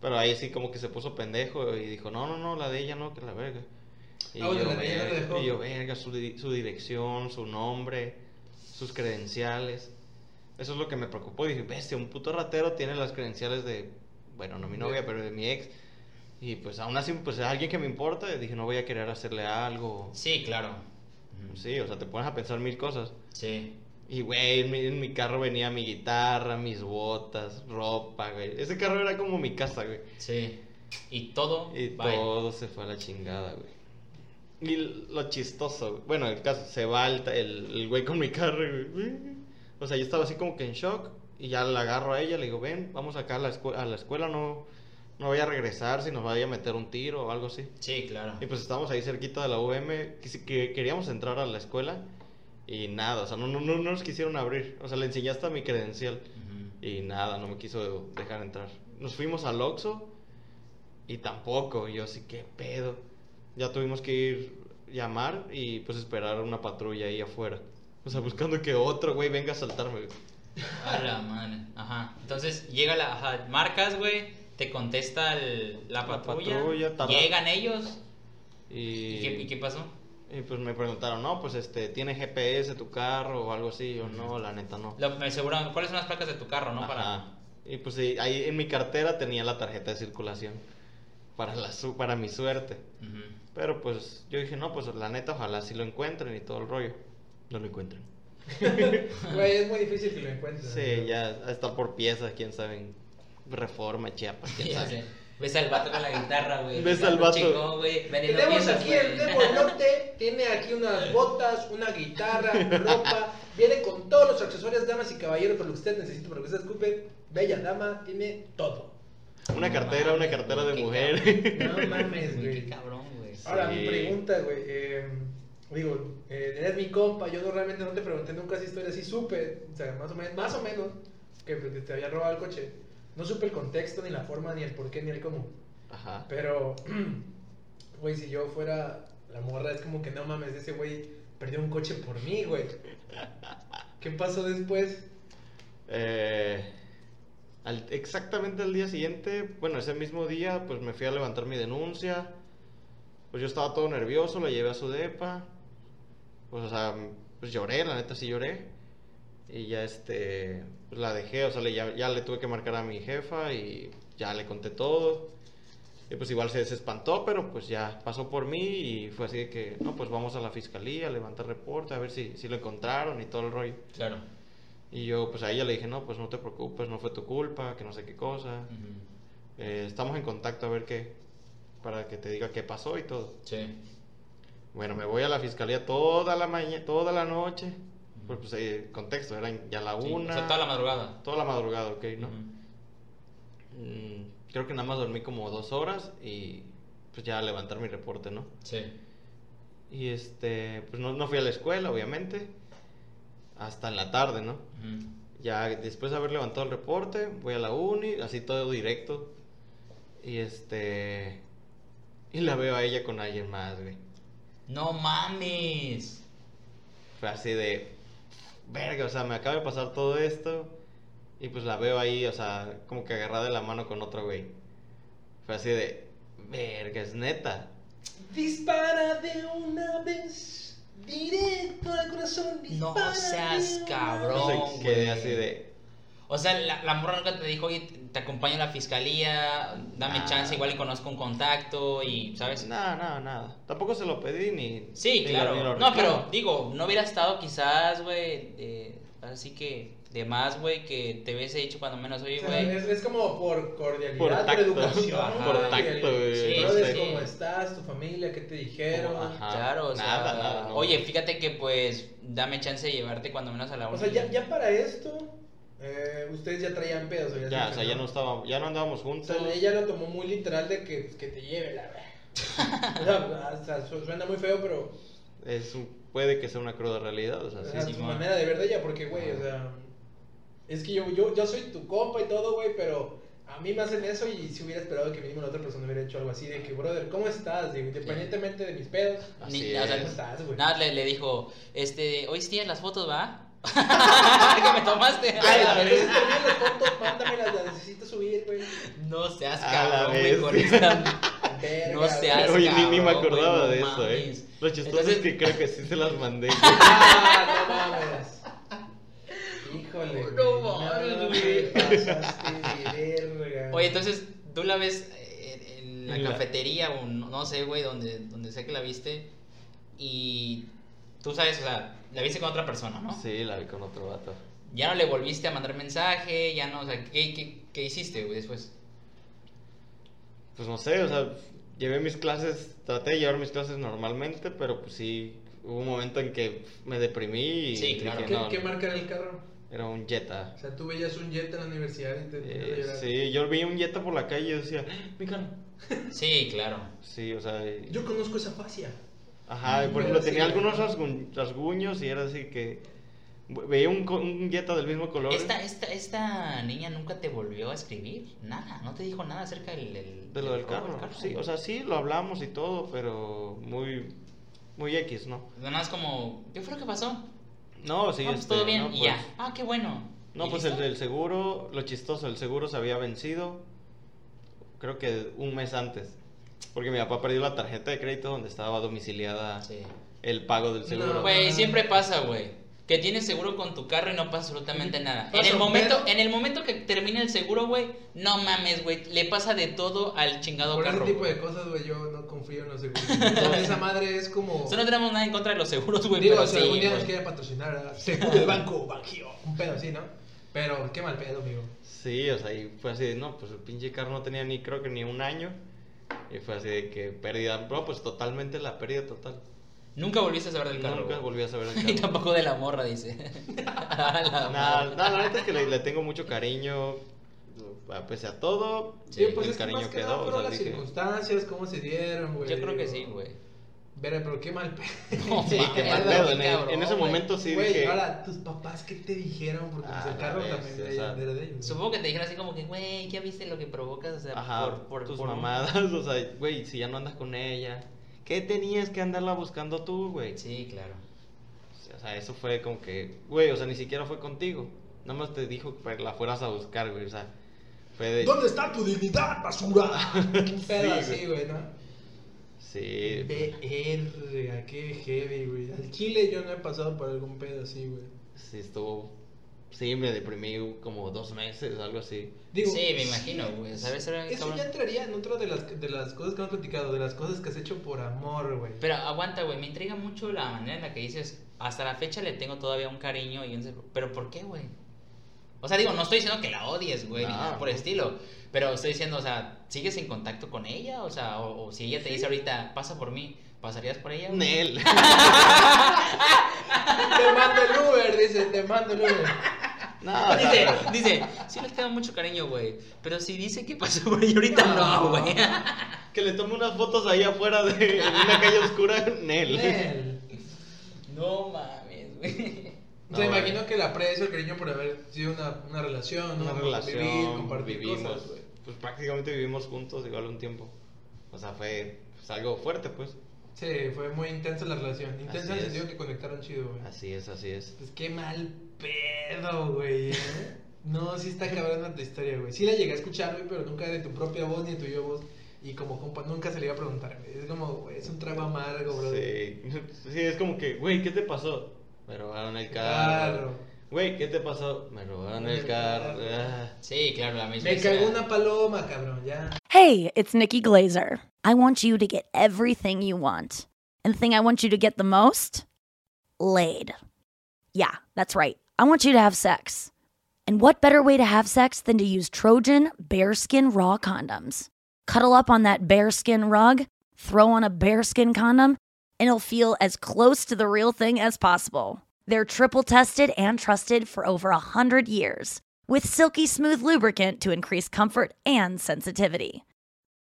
Speaker 6: pero ahí sí como que se puso pendejo y dijo, "No, no, no, la de ella no, que la verga." Y
Speaker 4: Ah, bueno, la de ella no la
Speaker 6: verga,
Speaker 4: dejó.
Speaker 6: y yo, verga, su, di- su dirección, su nombre, sus credenciales. Eso es lo que me preocupó. Dije, bestia, un puto ratero tiene las credenciales de, bueno, no mi novia, pero de mi ex. Y pues aún así, pues es alguien que me importa. Y dije, no voy a querer hacerle algo.
Speaker 5: Sí, claro.
Speaker 6: Sí, o sea, te pones a pensar mil cosas.
Speaker 5: Sí.
Speaker 6: Y, güey, en mi, en mi carro venía mi guitarra, mis botas, ropa, güey. Ese carro era como mi casa, güey.
Speaker 5: Sí. Y todo.
Speaker 6: Y
Speaker 5: bye.
Speaker 6: todo se fue a la chingada, güey. Y lo chistoso, güey. bueno, el caso, se va el, ta- el, el güey con mi carro, güey. O sea, yo estaba así como que en shock y ya la agarro a ella, le digo, ven, vamos acá a la, escue- a la escuela, no, no voy a regresar si nos vaya a meter un tiro o algo así.
Speaker 5: Sí, claro.
Speaker 6: Y pues estábamos ahí cerquita de la UM, que, si- que queríamos entrar a la escuela y nada, o sea, no, no, no no nos quisieron abrir. O sea, le enseñé hasta mi credencial
Speaker 5: Ujú.
Speaker 6: y nada, no me quiso dejar entrar. Nos fuimos al Oxxo y tampoco, y yo sí, qué pedo. Ya tuvimos que ir, llamar y pues esperar una patrulla ahí afuera. O sea, buscando que otro güey venga a saltarme.
Speaker 5: A la madre. Ajá. Entonces llega la. Ajá. Marcas, güey. Te contesta el- la
Speaker 6: La
Speaker 5: patrulla.
Speaker 6: patrulla, tarda-
Speaker 5: Llegan ellos.
Speaker 6: Y,
Speaker 5: ¿Y, qué, y qué pasó?
Speaker 6: y, pues me preguntaron, no, pues este, ¿tiene GPS tu carro o algo así? Yo, no, la neta no.
Speaker 5: Lo- me aseguraron. ¿Cuáles son las placas de tu carro, no? Para.
Speaker 6: Ajá. Y pues sí, ahí en mi cartera tenía la tarjeta de circulación para, la su- para mi suerte.
Speaker 5: Ujú.
Speaker 6: Pero pues yo dije, no, pues la neta, ojalá sí lo encuentren y todo el rollo. No lo encuentran.
Speaker 4: Güey, es muy difícil que lo encuentres.
Speaker 6: Sí, ya a estar por piezas, quién sabe. en Reforma, Chiapas, quién
Speaker 5: Ya
Speaker 6: sabe.
Speaker 5: sé. Ves al vato con la guitarra, güey.
Speaker 6: Ves
Speaker 5: Ya
Speaker 6: al
Speaker 5: lo
Speaker 6: vato.
Speaker 5: chingó, güey. Vendiendo
Speaker 4: Tenemos
Speaker 5: piezas,
Speaker 4: aquí
Speaker 5: güey.
Speaker 4: el demolote, tiene aquí unas botas, una guitarra, ropa, viene con todos los accesorios, damas y caballeros, por lo que usted necesita, por lo que usted escupe. Bella dama, tiene todo.
Speaker 6: Una
Speaker 5: No
Speaker 6: cartera, una
Speaker 5: mames,
Speaker 6: cartera
Speaker 5: güey,
Speaker 6: de
Speaker 5: qué
Speaker 6: mujer.
Speaker 4: No mames,
Speaker 5: Güey, qué
Speaker 4: güey.
Speaker 5: cabrón, güey.
Speaker 4: Ahora,
Speaker 6: Sí.
Speaker 4: mi pregunta, güey. eh, digo, eh, eres mi compa, yo no, realmente no te pregunté nunca esa historia, sí supe, o sea, más o menos, más o menos, que, que te había robado el coche. No supe el contexto, ni la forma, ni el por qué, ni el cómo.
Speaker 6: Ajá.
Speaker 4: Pero, güey, si yo fuera la morra, es como que no mames, ese güey perdió un coche por mí, güey. ¿Qué pasó después?
Speaker 6: Eh, al- exactamente al día siguiente, bueno, ese mismo día, pues me fui a levantar mi denuncia. Pues yo estaba todo nervioso, la llevé a su depa. Pues, o sea, pues lloré, la neta sí lloré. Y ya este, pues la dejé, o sea, le- ya, ya le tuve que marcar a mi jefa y ya le conté todo. Y pues igual se desespantó, pero pues ya pasó por mí y fue así de que, no, pues vamos a la fiscalía a levantar reporte, a ver si, si lo encontraron y todo el rollo.
Speaker 5: Claro.
Speaker 6: Y yo, pues a ella le dije, no, pues no te preocupes, no fue tu culpa, que no sé qué cosa.
Speaker 5: Mm. Ujú.
Speaker 6: Eh, estamos en contacto a ver qué, para que te diga qué pasó y todo.
Speaker 5: Sí.
Speaker 6: Bueno, me voy a la fiscalía toda la mañana, toda la noche. Pues, pues, eh, contexto, eran ya la
Speaker 5: Mm. Sí,
Speaker 6: una.
Speaker 5: O sea, toda la madrugada.
Speaker 6: toda la madrugada, ok, ¿no?
Speaker 5: Ujú.
Speaker 6: Mm, creo que nada más dormí como dos horas y pues ya a levantar mi reporte, ¿no?
Speaker 5: Sí.
Speaker 6: Y este, pues no, no fui a la escuela, obviamente. Hasta en la tarde, ¿no?
Speaker 5: Ujú.
Speaker 6: Ya después de haber levantado el reporte, voy a la uni, así todo directo. Y este. Y la veo a ella con alguien más, güey.
Speaker 5: No mames.
Speaker 6: Fue así de. Verga, o sea, me acaba de pasar todo esto. Y pues la veo ahí, o sea, como que agarrada de la mano con otro güey. Fue así de. Verga, es neta.
Speaker 4: Dispara de una vez, directo al corazón.
Speaker 5: No
Speaker 4: dispara
Speaker 5: seas
Speaker 4: de una
Speaker 5: cabrón.
Speaker 6: Entonces
Speaker 5: No,
Speaker 6: quedé
Speaker 5: güey.
Speaker 6: así de.
Speaker 5: O sea, la, la morra nunca te dijo, oye, te- te acompaño a la fiscalía, dame
Speaker 6: Ah.
Speaker 5: chance, igual y conozco un contacto y, ¿sabes?
Speaker 6: Nada, nada, nada. Tampoco se lo pedí ni.
Speaker 5: Sí,
Speaker 6: ni
Speaker 5: claro.
Speaker 6: lo- ni lo
Speaker 5: no,
Speaker 6: reclamo.
Speaker 5: pero digo, no hubiera estado quizás, güey, eh, así que de más, güey, que te hubiese dicho cuando menos,
Speaker 4: O
Speaker 5: oye,
Speaker 4: sea,
Speaker 5: güey.
Speaker 4: es, es como por cordialidad,
Speaker 6: Por
Speaker 4: por,
Speaker 6: tacto,
Speaker 4: educación.
Speaker 5: ajá,
Speaker 4: güey.
Speaker 6: por tacto, güey,
Speaker 4: Sí,
Speaker 5: no
Speaker 4: brother,
Speaker 5: sé.
Speaker 4: ¿Cómo estás? ¿Tu familia? ¿Qué te dijeron?
Speaker 6: Como, ajá.
Speaker 5: Claro, o
Speaker 6: Nada,
Speaker 5: sea,
Speaker 6: nada, no.
Speaker 5: oye, fíjate que pues dame chance de llevarte cuando menos a la
Speaker 4: O
Speaker 5: uni.
Speaker 4: sea, ya, ya para esto, eh, ustedes ya traían pedos. habías
Speaker 6: Ya,
Speaker 4: dicho,
Speaker 6: o sea, ya no estábamos, ya no andábamos
Speaker 4: O
Speaker 6: juntos.
Speaker 4: sea, ella lo tomó muy literal de que, pues, que te lleve la verga. O sea, o sea, su- suena muy feo, pero
Speaker 6: Es un- puede que sea una cruda realidad, o sea,
Speaker 4: o
Speaker 6: sí,
Speaker 4: sea,
Speaker 5: sí,
Speaker 4: su
Speaker 5: man.
Speaker 4: manera de ver de ella, porque, güey, o sea, es que yo, yo, yo soy tu compa y todo, güey, pero a mí me hacen eso y si hubiera esperado que mínimo la otra persona hubiera hecho algo así, de que, brother, ¿cómo estás? Digo, independientemente de mis pedos,
Speaker 6: Así
Speaker 5: Ni- o sea,
Speaker 6: es.
Speaker 4: ¿cómo estás, güey?
Speaker 5: Nada, le, le dijo, este, hoy sí tienes las fotos, ¿va? que me tomaste.
Speaker 4: Ay, a ver, si terminas las fotos, mándamelas, las necesito subir, güey.
Speaker 5: No seas
Speaker 6: A la
Speaker 5: cabrón, güey,
Speaker 6: vez.
Speaker 5: con esta-
Speaker 4: Verga,
Speaker 5: No seas
Speaker 4: güey.
Speaker 6: Oye, ni, ni me
Speaker 5: cabrón,
Speaker 6: acordaba
Speaker 5: güey,
Speaker 6: de
Speaker 5: no
Speaker 6: eso,
Speaker 5: mames.
Speaker 6: eh. Lo chistoso
Speaker 5: Entonces-
Speaker 6: es que creo que sí se las mandé.
Speaker 4: Ah, no mames. Híjole.
Speaker 5: No
Speaker 4: güey,
Speaker 5: mames,
Speaker 4: no, te
Speaker 5: güey.
Speaker 4: Pasaste de verga.
Speaker 5: Oye, entonces, tú la ves eh, en, en la
Speaker 6: En la-
Speaker 5: cafetería o no, no sé, güey, donde, donde sea que la viste. Y tú sabes, o sea, la viste con otra persona, ¿no?
Speaker 6: Sí, la vi con otro vato.
Speaker 5: Ya no le volviste a mandar mensaje, ya no, o sea, ¿qué, qué, qué hiciste, güey, después?
Speaker 6: Pues no sé, o sea, llevé mis clases, traté de llevar mis clases normalmente, pero pues sí, hubo un momento en que me deprimí y
Speaker 5: Sí,
Speaker 6: dije,
Speaker 5: claro.
Speaker 4: ¿Qué,
Speaker 6: no,
Speaker 4: qué marca era el carro?
Speaker 6: era un Jetta.
Speaker 4: O sea, tú veías un jet en la universidad y te
Speaker 6: Eh,
Speaker 4: te-
Speaker 6: sí, yo vi un Jetta por la calle y yo decía, "Ah, mi carro".
Speaker 5: Sí, claro.
Speaker 6: Sí, o sea, y-
Speaker 4: Yo conozco esa fascia.
Speaker 6: Ajá, y por
Speaker 4: Pero
Speaker 6: ejemplo,
Speaker 4: sí,
Speaker 6: tenía algunos
Speaker 4: ¿no?
Speaker 6: rasgu- rasguños y era así que veía un, co- un Jetta del mismo color.
Speaker 5: Esta, esta, esta niña nunca te volvió a escribir nada, no te dijo nada acerca del, del-
Speaker 6: De lo del
Speaker 5: robo
Speaker 6: carro, sí, o sea, sí lo hablamos y todo, pero muy muy X, ¿no?
Speaker 5: Nada más como, ¿qué fue lo que pasó?
Speaker 6: No, sí,
Speaker 5: Ah, pues
Speaker 6: este,
Speaker 5: todo bien,
Speaker 6: no,
Speaker 5: y
Speaker 6: pues-
Speaker 5: ya. Ah, qué bueno.
Speaker 6: No,
Speaker 5: ¿Y
Speaker 6: pues el
Speaker 5: listo?
Speaker 6: del seguro, lo chistoso, el seguro se había vencido creo que un mes antes, porque mi papá perdió la tarjeta de crédito donde estaba domiciliada
Speaker 5: Sí.
Speaker 6: el pago del seguro.
Speaker 4: No.
Speaker 5: Güey, siempre pasa, güey. Que tienes seguro con tu carro y no pasa absolutamente nada. En
Speaker 4: Pasa
Speaker 5: el
Speaker 4: un
Speaker 5: momento,
Speaker 4: pedo.
Speaker 5: en el momento que termina el seguro, güey, no mames, güey. Le pasa de todo al chingado
Speaker 4: Por
Speaker 5: carro.
Speaker 4: ese tipo
Speaker 5: güey.
Speaker 4: de cosas, güey, yo no confío en los seguros. Entonces, esa madre es como.
Speaker 5: O sea, no tenemos nada en contra de los seguros, güey.
Speaker 4: Digo,
Speaker 5: pero
Speaker 4: si
Speaker 5: sí,
Speaker 4: algún día nos
Speaker 5: güey.
Speaker 4: quiere patrocinar, ¿verdad? seguro de banco, banquillo, un pedo así, ¿no? Pero qué mal pedo, amigo.
Speaker 6: Sí, o sea, y fue así de, no, pues el pinche carro no tenía ni creo que ni un año. Y fue así de que pérdida, no, pues totalmente la pérdida total.
Speaker 5: Nunca volviste a saber del carro.
Speaker 6: Nunca
Speaker 5: güey.
Speaker 6: volví a saber el
Speaker 5: Y
Speaker 6: carro.
Speaker 5: tampoco de la morra, dice. A la
Speaker 6: Nah,
Speaker 5: morra.
Speaker 6: nah, la neta es que le, le tengo mucho cariño, a- pese a todo,
Speaker 5: Sí,
Speaker 4: pues
Speaker 6: el
Speaker 4: es que
Speaker 6: cariño
Speaker 4: más que
Speaker 6: quedó,
Speaker 4: nada
Speaker 6: o
Speaker 4: fueron
Speaker 6: sea,
Speaker 4: las
Speaker 6: dije-
Speaker 4: circunstancias, cómo se dieron, güey.
Speaker 5: Yo creo que
Speaker 4: Digo,
Speaker 5: sí, güey.
Speaker 4: Verga, pero qué mal pedo.
Speaker 5: No,
Speaker 6: Sí,
Speaker 5: mames,
Speaker 6: qué mal
Speaker 5: güey,
Speaker 6: pedo. En, e,
Speaker 5: cabrón,
Speaker 6: en ese
Speaker 5: güey.
Speaker 6: momento sí
Speaker 4: Güey,
Speaker 6: dije.
Speaker 4: ahora, ¿tus papás qué te dijeron? Porque
Speaker 6: Ah,
Speaker 4: se
Speaker 6: la
Speaker 4: carro
Speaker 6: bestia,
Speaker 4: también de,
Speaker 6: o sea,
Speaker 4: de, de ellos.
Speaker 5: Supongo que te dijeron así como que, güey, ya viste lo que provocas, o sea,
Speaker 6: Ajá,
Speaker 5: por, por
Speaker 6: tus
Speaker 5: por-
Speaker 6: mamadas, o sea, güey, si ya no andas con ella, ¿qué tenías que andarla buscando tú, güey?
Speaker 5: Sí, claro.
Speaker 6: O sea, eso fue como que, güey, o sea, ni siquiera fue contigo. Nada más te dijo que la fueras a buscar, güey, o sea, fue de...
Speaker 4: ¿Dónde está tu dignidad, basura? Un pedo
Speaker 6: Sí,
Speaker 4: así, güey, ¿no?
Speaker 6: Sí,
Speaker 4: Verga, qué heavy, güey. Al Chile yo no he pasado por algún pedo así, güey.
Speaker 6: pues, sí estuvo... Sí, me deprimí como dos meses, algo así.
Speaker 4: Digo,
Speaker 5: sí, me imagino, güey. ¿Sabes? Era
Speaker 4: Eso
Speaker 5: cabrón.
Speaker 4: ya entraría en otra de las, de las cosas que hemos platicado, de las cosas que has hecho por amor, güey.
Speaker 5: Pero aguanta, güey. Me intriga mucho la manera en la que dices, hasta la fecha le tengo todavía un cariño y un... celo". Pero ¿por qué, güey? O sea, digo, no estoy diciendo que la odies, güey, ni
Speaker 6: No.
Speaker 5: nada por el estilo. Pero estoy diciendo, o sea, ¿sigues en contacto con ella? O sea, o, o si ella te dice ahorita, pasa por mí, ¿pasarías por ella? güey?
Speaker 6: Nel.
Speaker 4: Te mando el Uber, dice, te mando el Uber.
Speaker 6: no, o
Speaker 5: Dice,
Speaker 6: sea,
Speaker 5: dice, sí le tengo mucho cariño, güey. Pero si dice que pasó por ella ahorita, no, güey.
Speaker 6: que le tomé unas fotos ahí afuera de en una calle oscura, Nel.
Speaker 4: Nel.
Speaker 5: No mames, güey.
Speaker 4: O sea,
Speaker 6: No,
Speaker 4: imagino que el aprecio, el cariño por haber sido una, una relación, ¿no?
Speaker 6: Una relación,
Speaker 4: Vivir, compartir
Speaker 6: vivimos,
Speaker 4: cosas, güey.
Speaker 6: pues prácticamente vivimos juntos igual un tiempo. O sea, fue pues, algo fuerte, pues.
Speaker 4: Sí, fue muy intensa la relación. Intensa en el
Speaker 6: es.
Speaker 4: sentido que conectaron chido, güey.
Speaker 6: Así es, así es.
Speaker 4: Pues qué mal pedo, güey. ¿eh? No, sí está cabrona tu historia, güey. Sí la llegué a escuchar, güey, pero nunca de tu propia voz ni de tu yo voz. Y como compa, nunca se le iba a preguntar, güey. Es como, güey, es un trago amargo, bro.
Speaker 6: Sí, sí, es como que, güey, ¿qué te pasó? Me robaron el
Speaker 4: Claro.
Speaker 6: carro. Güey, ¿qué te pasó? Me robaron el
Speaker 4: El
Speaker 6: carro.
Speaker 4: carro.
Speaker 6: Ah.
Speaker 5: Sí, claro, la misma.
Speaker 4: Me cagó
Speaker 5: historia.
Speaker 4: una paloma, cabrón, ya.
Speaker 7: Hey, it's Nikki Glazer. I want you to get everything you want. And the thing I want you to get the most? Laid. Yeah, that's right. I want you to have sex. And what better way to have sex than to use Trojan bearskin raw condoms? Cuddle up on that bearskin rug, throw on a bearskin condom, and it'll feel as close to the real thing as possible. They're triple tested and trusted for over 100 years with silky smooth lubricant to increase comfort and sensitivity.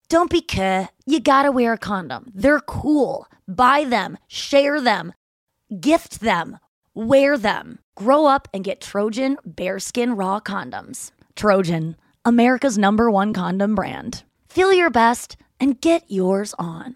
Speaker 7: Don't be cuh. You gotta wear a condom. They're cool. Buy them, share them, gift them, wear them. Grow up and get Trojan Bearskin Raw condoms. Trojan, America's number one condom brand. Feel your best and get yours on.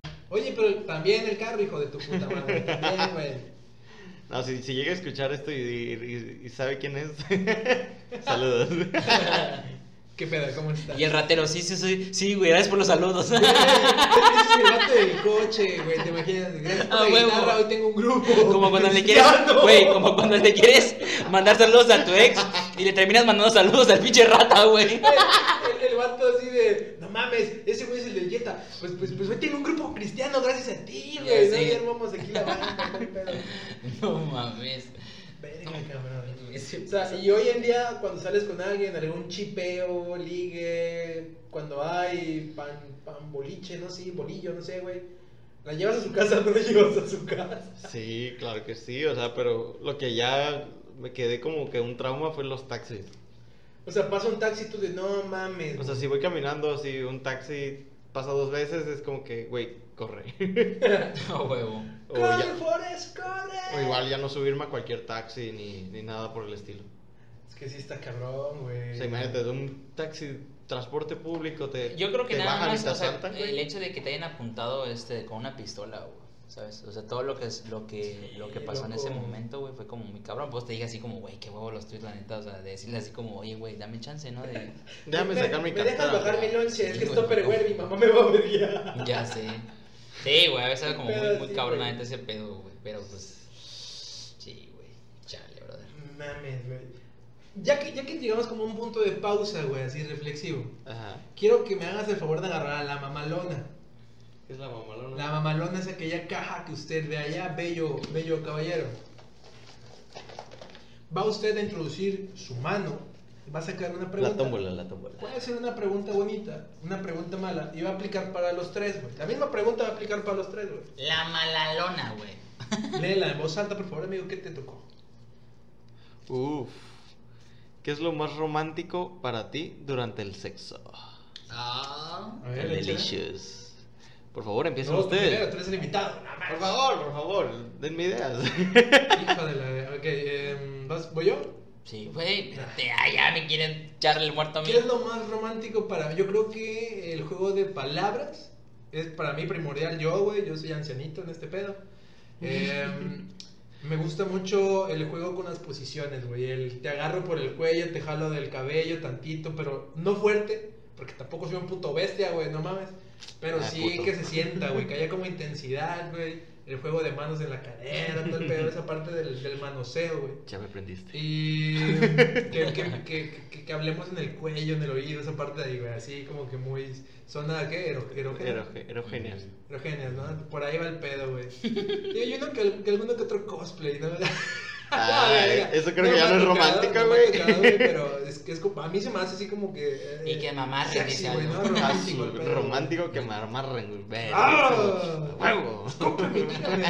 Speaker 4: Oye, pero también el carro, hijo de tu puta madre. También, güey.
Speaker 6: No, si, si llega a escuchar esto y, y- y sabe quién es, saludos.
Speaker 4: ¿Qué pedo? ¿Cómo estás?
Speaker 5: Y el ratero, sí, sí, sí, sí, güey, gracias por los saludos.
Speaker 4: Ah, Es el vato del coche, güey, te imaginas. Gracias por
Speaker 5: Ah,
Speaker 4: la
Speaker 5: huevo.
Speaker 4: guitarra, hoy tengo un grupo.
Speaker 5: Como cuando le quieres,
Speaker 4: Cristiano.
Speaker 5: güey, como cuando le quieres mandar saludos a tu ex y le terminas mandando saludos al pinche rata, güey.
Speaker 4: El, el vato así de, no mames, ese güey es el de Jetta. Pues, pues, pues hoy tiene un grupo cristiano gracias a ti, güey.
Speaker 5: Ya
Speaker 4: ¿no?
Speaker 5: sé.
Speaker 4: Y armamos aquí la banda, todo el pedo.
Speaker 5: No mames.
Speaker 4: Verga, cabrón. O sea, y hoy en día cuando sales con alguien, algún chipeo, ligue, cuando hay pan, pan boliche, no sé, bolillo, no sé, güey. ¿La llevas a su casa o no la llevas a su casa?
Speaker 6: Sí, claro que sí, o sea, pero lo que ya me quedé como que un trauma fue los taxis.
Speaker 4: O sea, pasa un taxi y tú de, no mames.
Speaker 6: O sea, si voy caminando, si un taxi pasa dos veces, es como que, güey, corre.
Speaker 5: No, huevo.
Speaker 6: o,
Speaker 4: ¡Corre,
Speaker 6: ya-
Speaker 4: Forrest, corre!
Speaker 6: o igual ya no subirme a cualquier taxi ni, ni nada por el estilo.
Speaker 4: Es que sí está cabrón, güey.
Speaker 6: O sea, imagínate, de un taxi, transporte público, te,
Speaker 5: Yo creo que
Speaker 6: te
Speaker 5: nada
Speaker 6: bajan y
Speaker 5: más,
Speaker 6: te
Speaker 5: o sea,
Speaker 6: asaltan, güey.
Speaker 5: el hecho de que te hayan apuntado este con una pistola, güey. ¿Sabes? O sea, todo lo que es lo que lo que
Speaker 4: Sí,
Speaker 5: pasó en ese
Speaker 4: loco.
Speaker 5: momento, güey, fue como muy cabrón. Pues te dije así como, güey, qué huevo los tuyos, la neta, o sea, de decirle así como, "Oye, güey, dame chance, ¿no?" de
Speaker 6: Déjame
Speaker 4: Me-
Speaker 6: sacar mi
Speaker 4: Me dejas
Speaker 6: cartera.
Speaker 4: bajar mi lonche, es
Speaker 5: Sí,
Speaker 4: que es
Speaker 5: güey,
Speaker 4: Tupperware, mi mamá me va a pedir.
Speaker 5: Ya sé. Sí, güey, a veces era como muy,
Speaker 4: Pero
Speaker 5: muy
Speaker 4: sí,
Speaker 5: cabrón la
Speaker 4: güey.
Speaker 5: neta ese pedo, güey. Pero pues. Sí, güey. Chale, brother.
Speaker 4: Mames, güey. Ya que, ya que llegamos como a un punto de pausa, güey, así reflexivo,
Speaker 6: Ajá.
Speaker 4: quiero que me hagas el favor de agarrar a la mamalona.
Speaker 6: ¿Qué es la mamalona?
Speaker 4: La mamalona es aquella caja que usted ve allá, bello, bello caballero. Va usted a introducir su mano, va a sacar una pregunta.
Speaker 6: La tómbola, la tómbola.
Speaker 4: Puede ser una pregunta bonita, una pregunta mala, y va a aplicar para los tres, güey. La misma pregunta va a aplicar para los tres, güey.
Speaker 5: La malalona, güey.
Speaker 4: Léela en voz alta, por favor, amigo, ¿qué te tocó?
Speaker 6: Uf. ¿Qué es lo más romántico para ti durante el sexo?
Speaker 5: Ah.
Speaker 4: A
Speaker 6: El
Speaker 4: ver, échala.
Speaker 6: delicious. Por favor, empiecen
Speaker 4: No, tú primero,
Speaker 6: ustedes.
Speaker 4: tú eres el invitado. nada más.
Speaker 6: Por favor, por favor, denme ideas.
Speaker 4: Hijo de la. Ok, em, ¿vas- ¿voy yo?
Speaker 5: Sí, güey. Espérate, ah, ya me quieren echarle el muerto a mí.
Speaker 4: ¿Qué es lo más romántico para Yo creo que el juego de palabras es para mí primordial. Yo, güey, yo soy ancianito en este pedo. Em, me gusta mucho el juego con las posiciones, güey. El te agarro por el cuello, te jalo del cabello tantito, pero no fuerte, porque tampoco soy un puto bestia, güey, no mames. Pero
Speaker 6: Ah,
Speaker 4: sí
Speaker 6: puto.
Speaker 4: que se sienta, güey, que haya como intensidad, güey. El juego de manos en la cadera, todo el pedo, esa parte del, del manoseo, güey.
Speaker 6: ya me prendiste.
Speaker 4: Y que, que- que- que- que hablemos en el cuello, en el oído, esa parte de ahí, güey, así como que muy... Zona, ¿qué? Ero- erógena.
Speaker 6: Eroge- Erogéneas.
Speaker 4: Erógenas, ¿no? Por ahí va el pedo, güey. Y hay uno que, que alguno que otro cosplay, ¿no?
Speaker 6: Ah,
Speaker 4: La verga.
Speaker 6: eso creo que ya
Speaker 4: me
Speaker 6: no es
Speaker 4: ha tocado,
Speaker 6: romántica,
Speaker 4: no me ha
Speaker 6: güey.
Speaker 4: tocado, güey, Pero es que es como, a mí se me hace así como que... eh,
Speaker 5: Y que mamarre,
Speaker 4: sexy,
Speaker 5: dice
Speaker 4: güey,
Speaker 5: algo.
Speaker 4: ¿no? Romántico. el
Speaker 6: Azul,
Speaker 4: pedo.
Speaker 6: Ah, romántico que me armarren, güey. Ven,
Speaker 4: ¡Ah!
Speaker 6: ¡Huevo!
Speaker 4: Cómprame, quítame.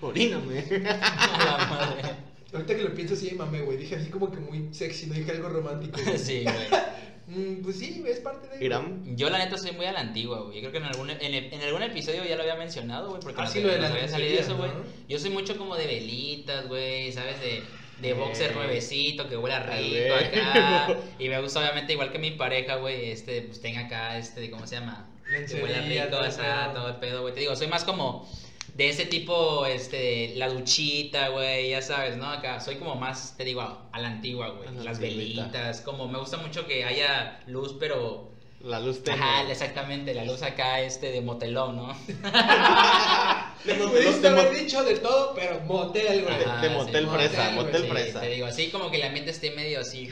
Speaker 6: ¡Oríname!
Speaker 5: A la madre.
Speaker 4: Ahorita que lo pienso así, mamé, güey. Dije así como que muy sexy, no dije algo romántico. güey.
Speaker 5: Sí, güey.
Speaker 4: Mm, pues sí, güey, es parte de...
Speaker 6: Irán.
Speaker 5: Yo la neta soy muy a la antigua, güey. Yo creo que en algún, en, en algún episodio ya lo había mencionado, güey, porque
Speaker 4: Ah,
Speaker 5: no
Speaker 4: sí,
Speaker 5: te-
Speaker 4: lo de
Speaker 5: no
Speaker 4: las
Speaker 5: sabía salir de eso, güey.
Speaker 4: lencerías,
Speaker 5: Yo soy mucho como de velitas, güey, ¿sabes? De, de boxer
Speaker 6: Eh.
Speaker 5: nuevecito, que huela
Speaker 6: A
Speaker 5: rico
Speaker 6: ver.
Speaker 5: acá. Y me gusta, obviamente, igual que mi pareja, güey, este, pues tenga acá, este, ¿cómo se llama? que huela
Speaker 4: Lencería,
Speaker 5: rico,
Speaker 4: todo
Speaker 5: todo,
Speaker 4: el pedo.
Speaker 5: todo el pedo, güey. Te digo, soy más como de ese tipo, este, la duchita, güey, ya sabes, ¿no? Acá soy como más, te digo, a, a la antigua, güey.
Speaker 6: A la
Speaker 5: Las
Speaker 6: antigüita.
Speaker 5: velitas, como me gusta mucho que haya luz, pero...
Speaker 6: La luz tenue.
Speaker 5: Ajá, exactamente, la luz acá este de motelón, ¿no? Ah,
Speaker 4: Le
Speaker 6: Te
Speaker 4: pudiste
Speaker 6: mo-
Speaker 4: haber dicho de todo, pero motel, güey.
Speaker 6: De-
Speaker 5: Ajá,
Speaker 6: de motel fresa,
Speaker 4: motel,
Speaker 6: motel
Speaker 5: sí,
Speaker 6: fresa.
Speaker 5: Te digo, así como que el ambiente esté medio así.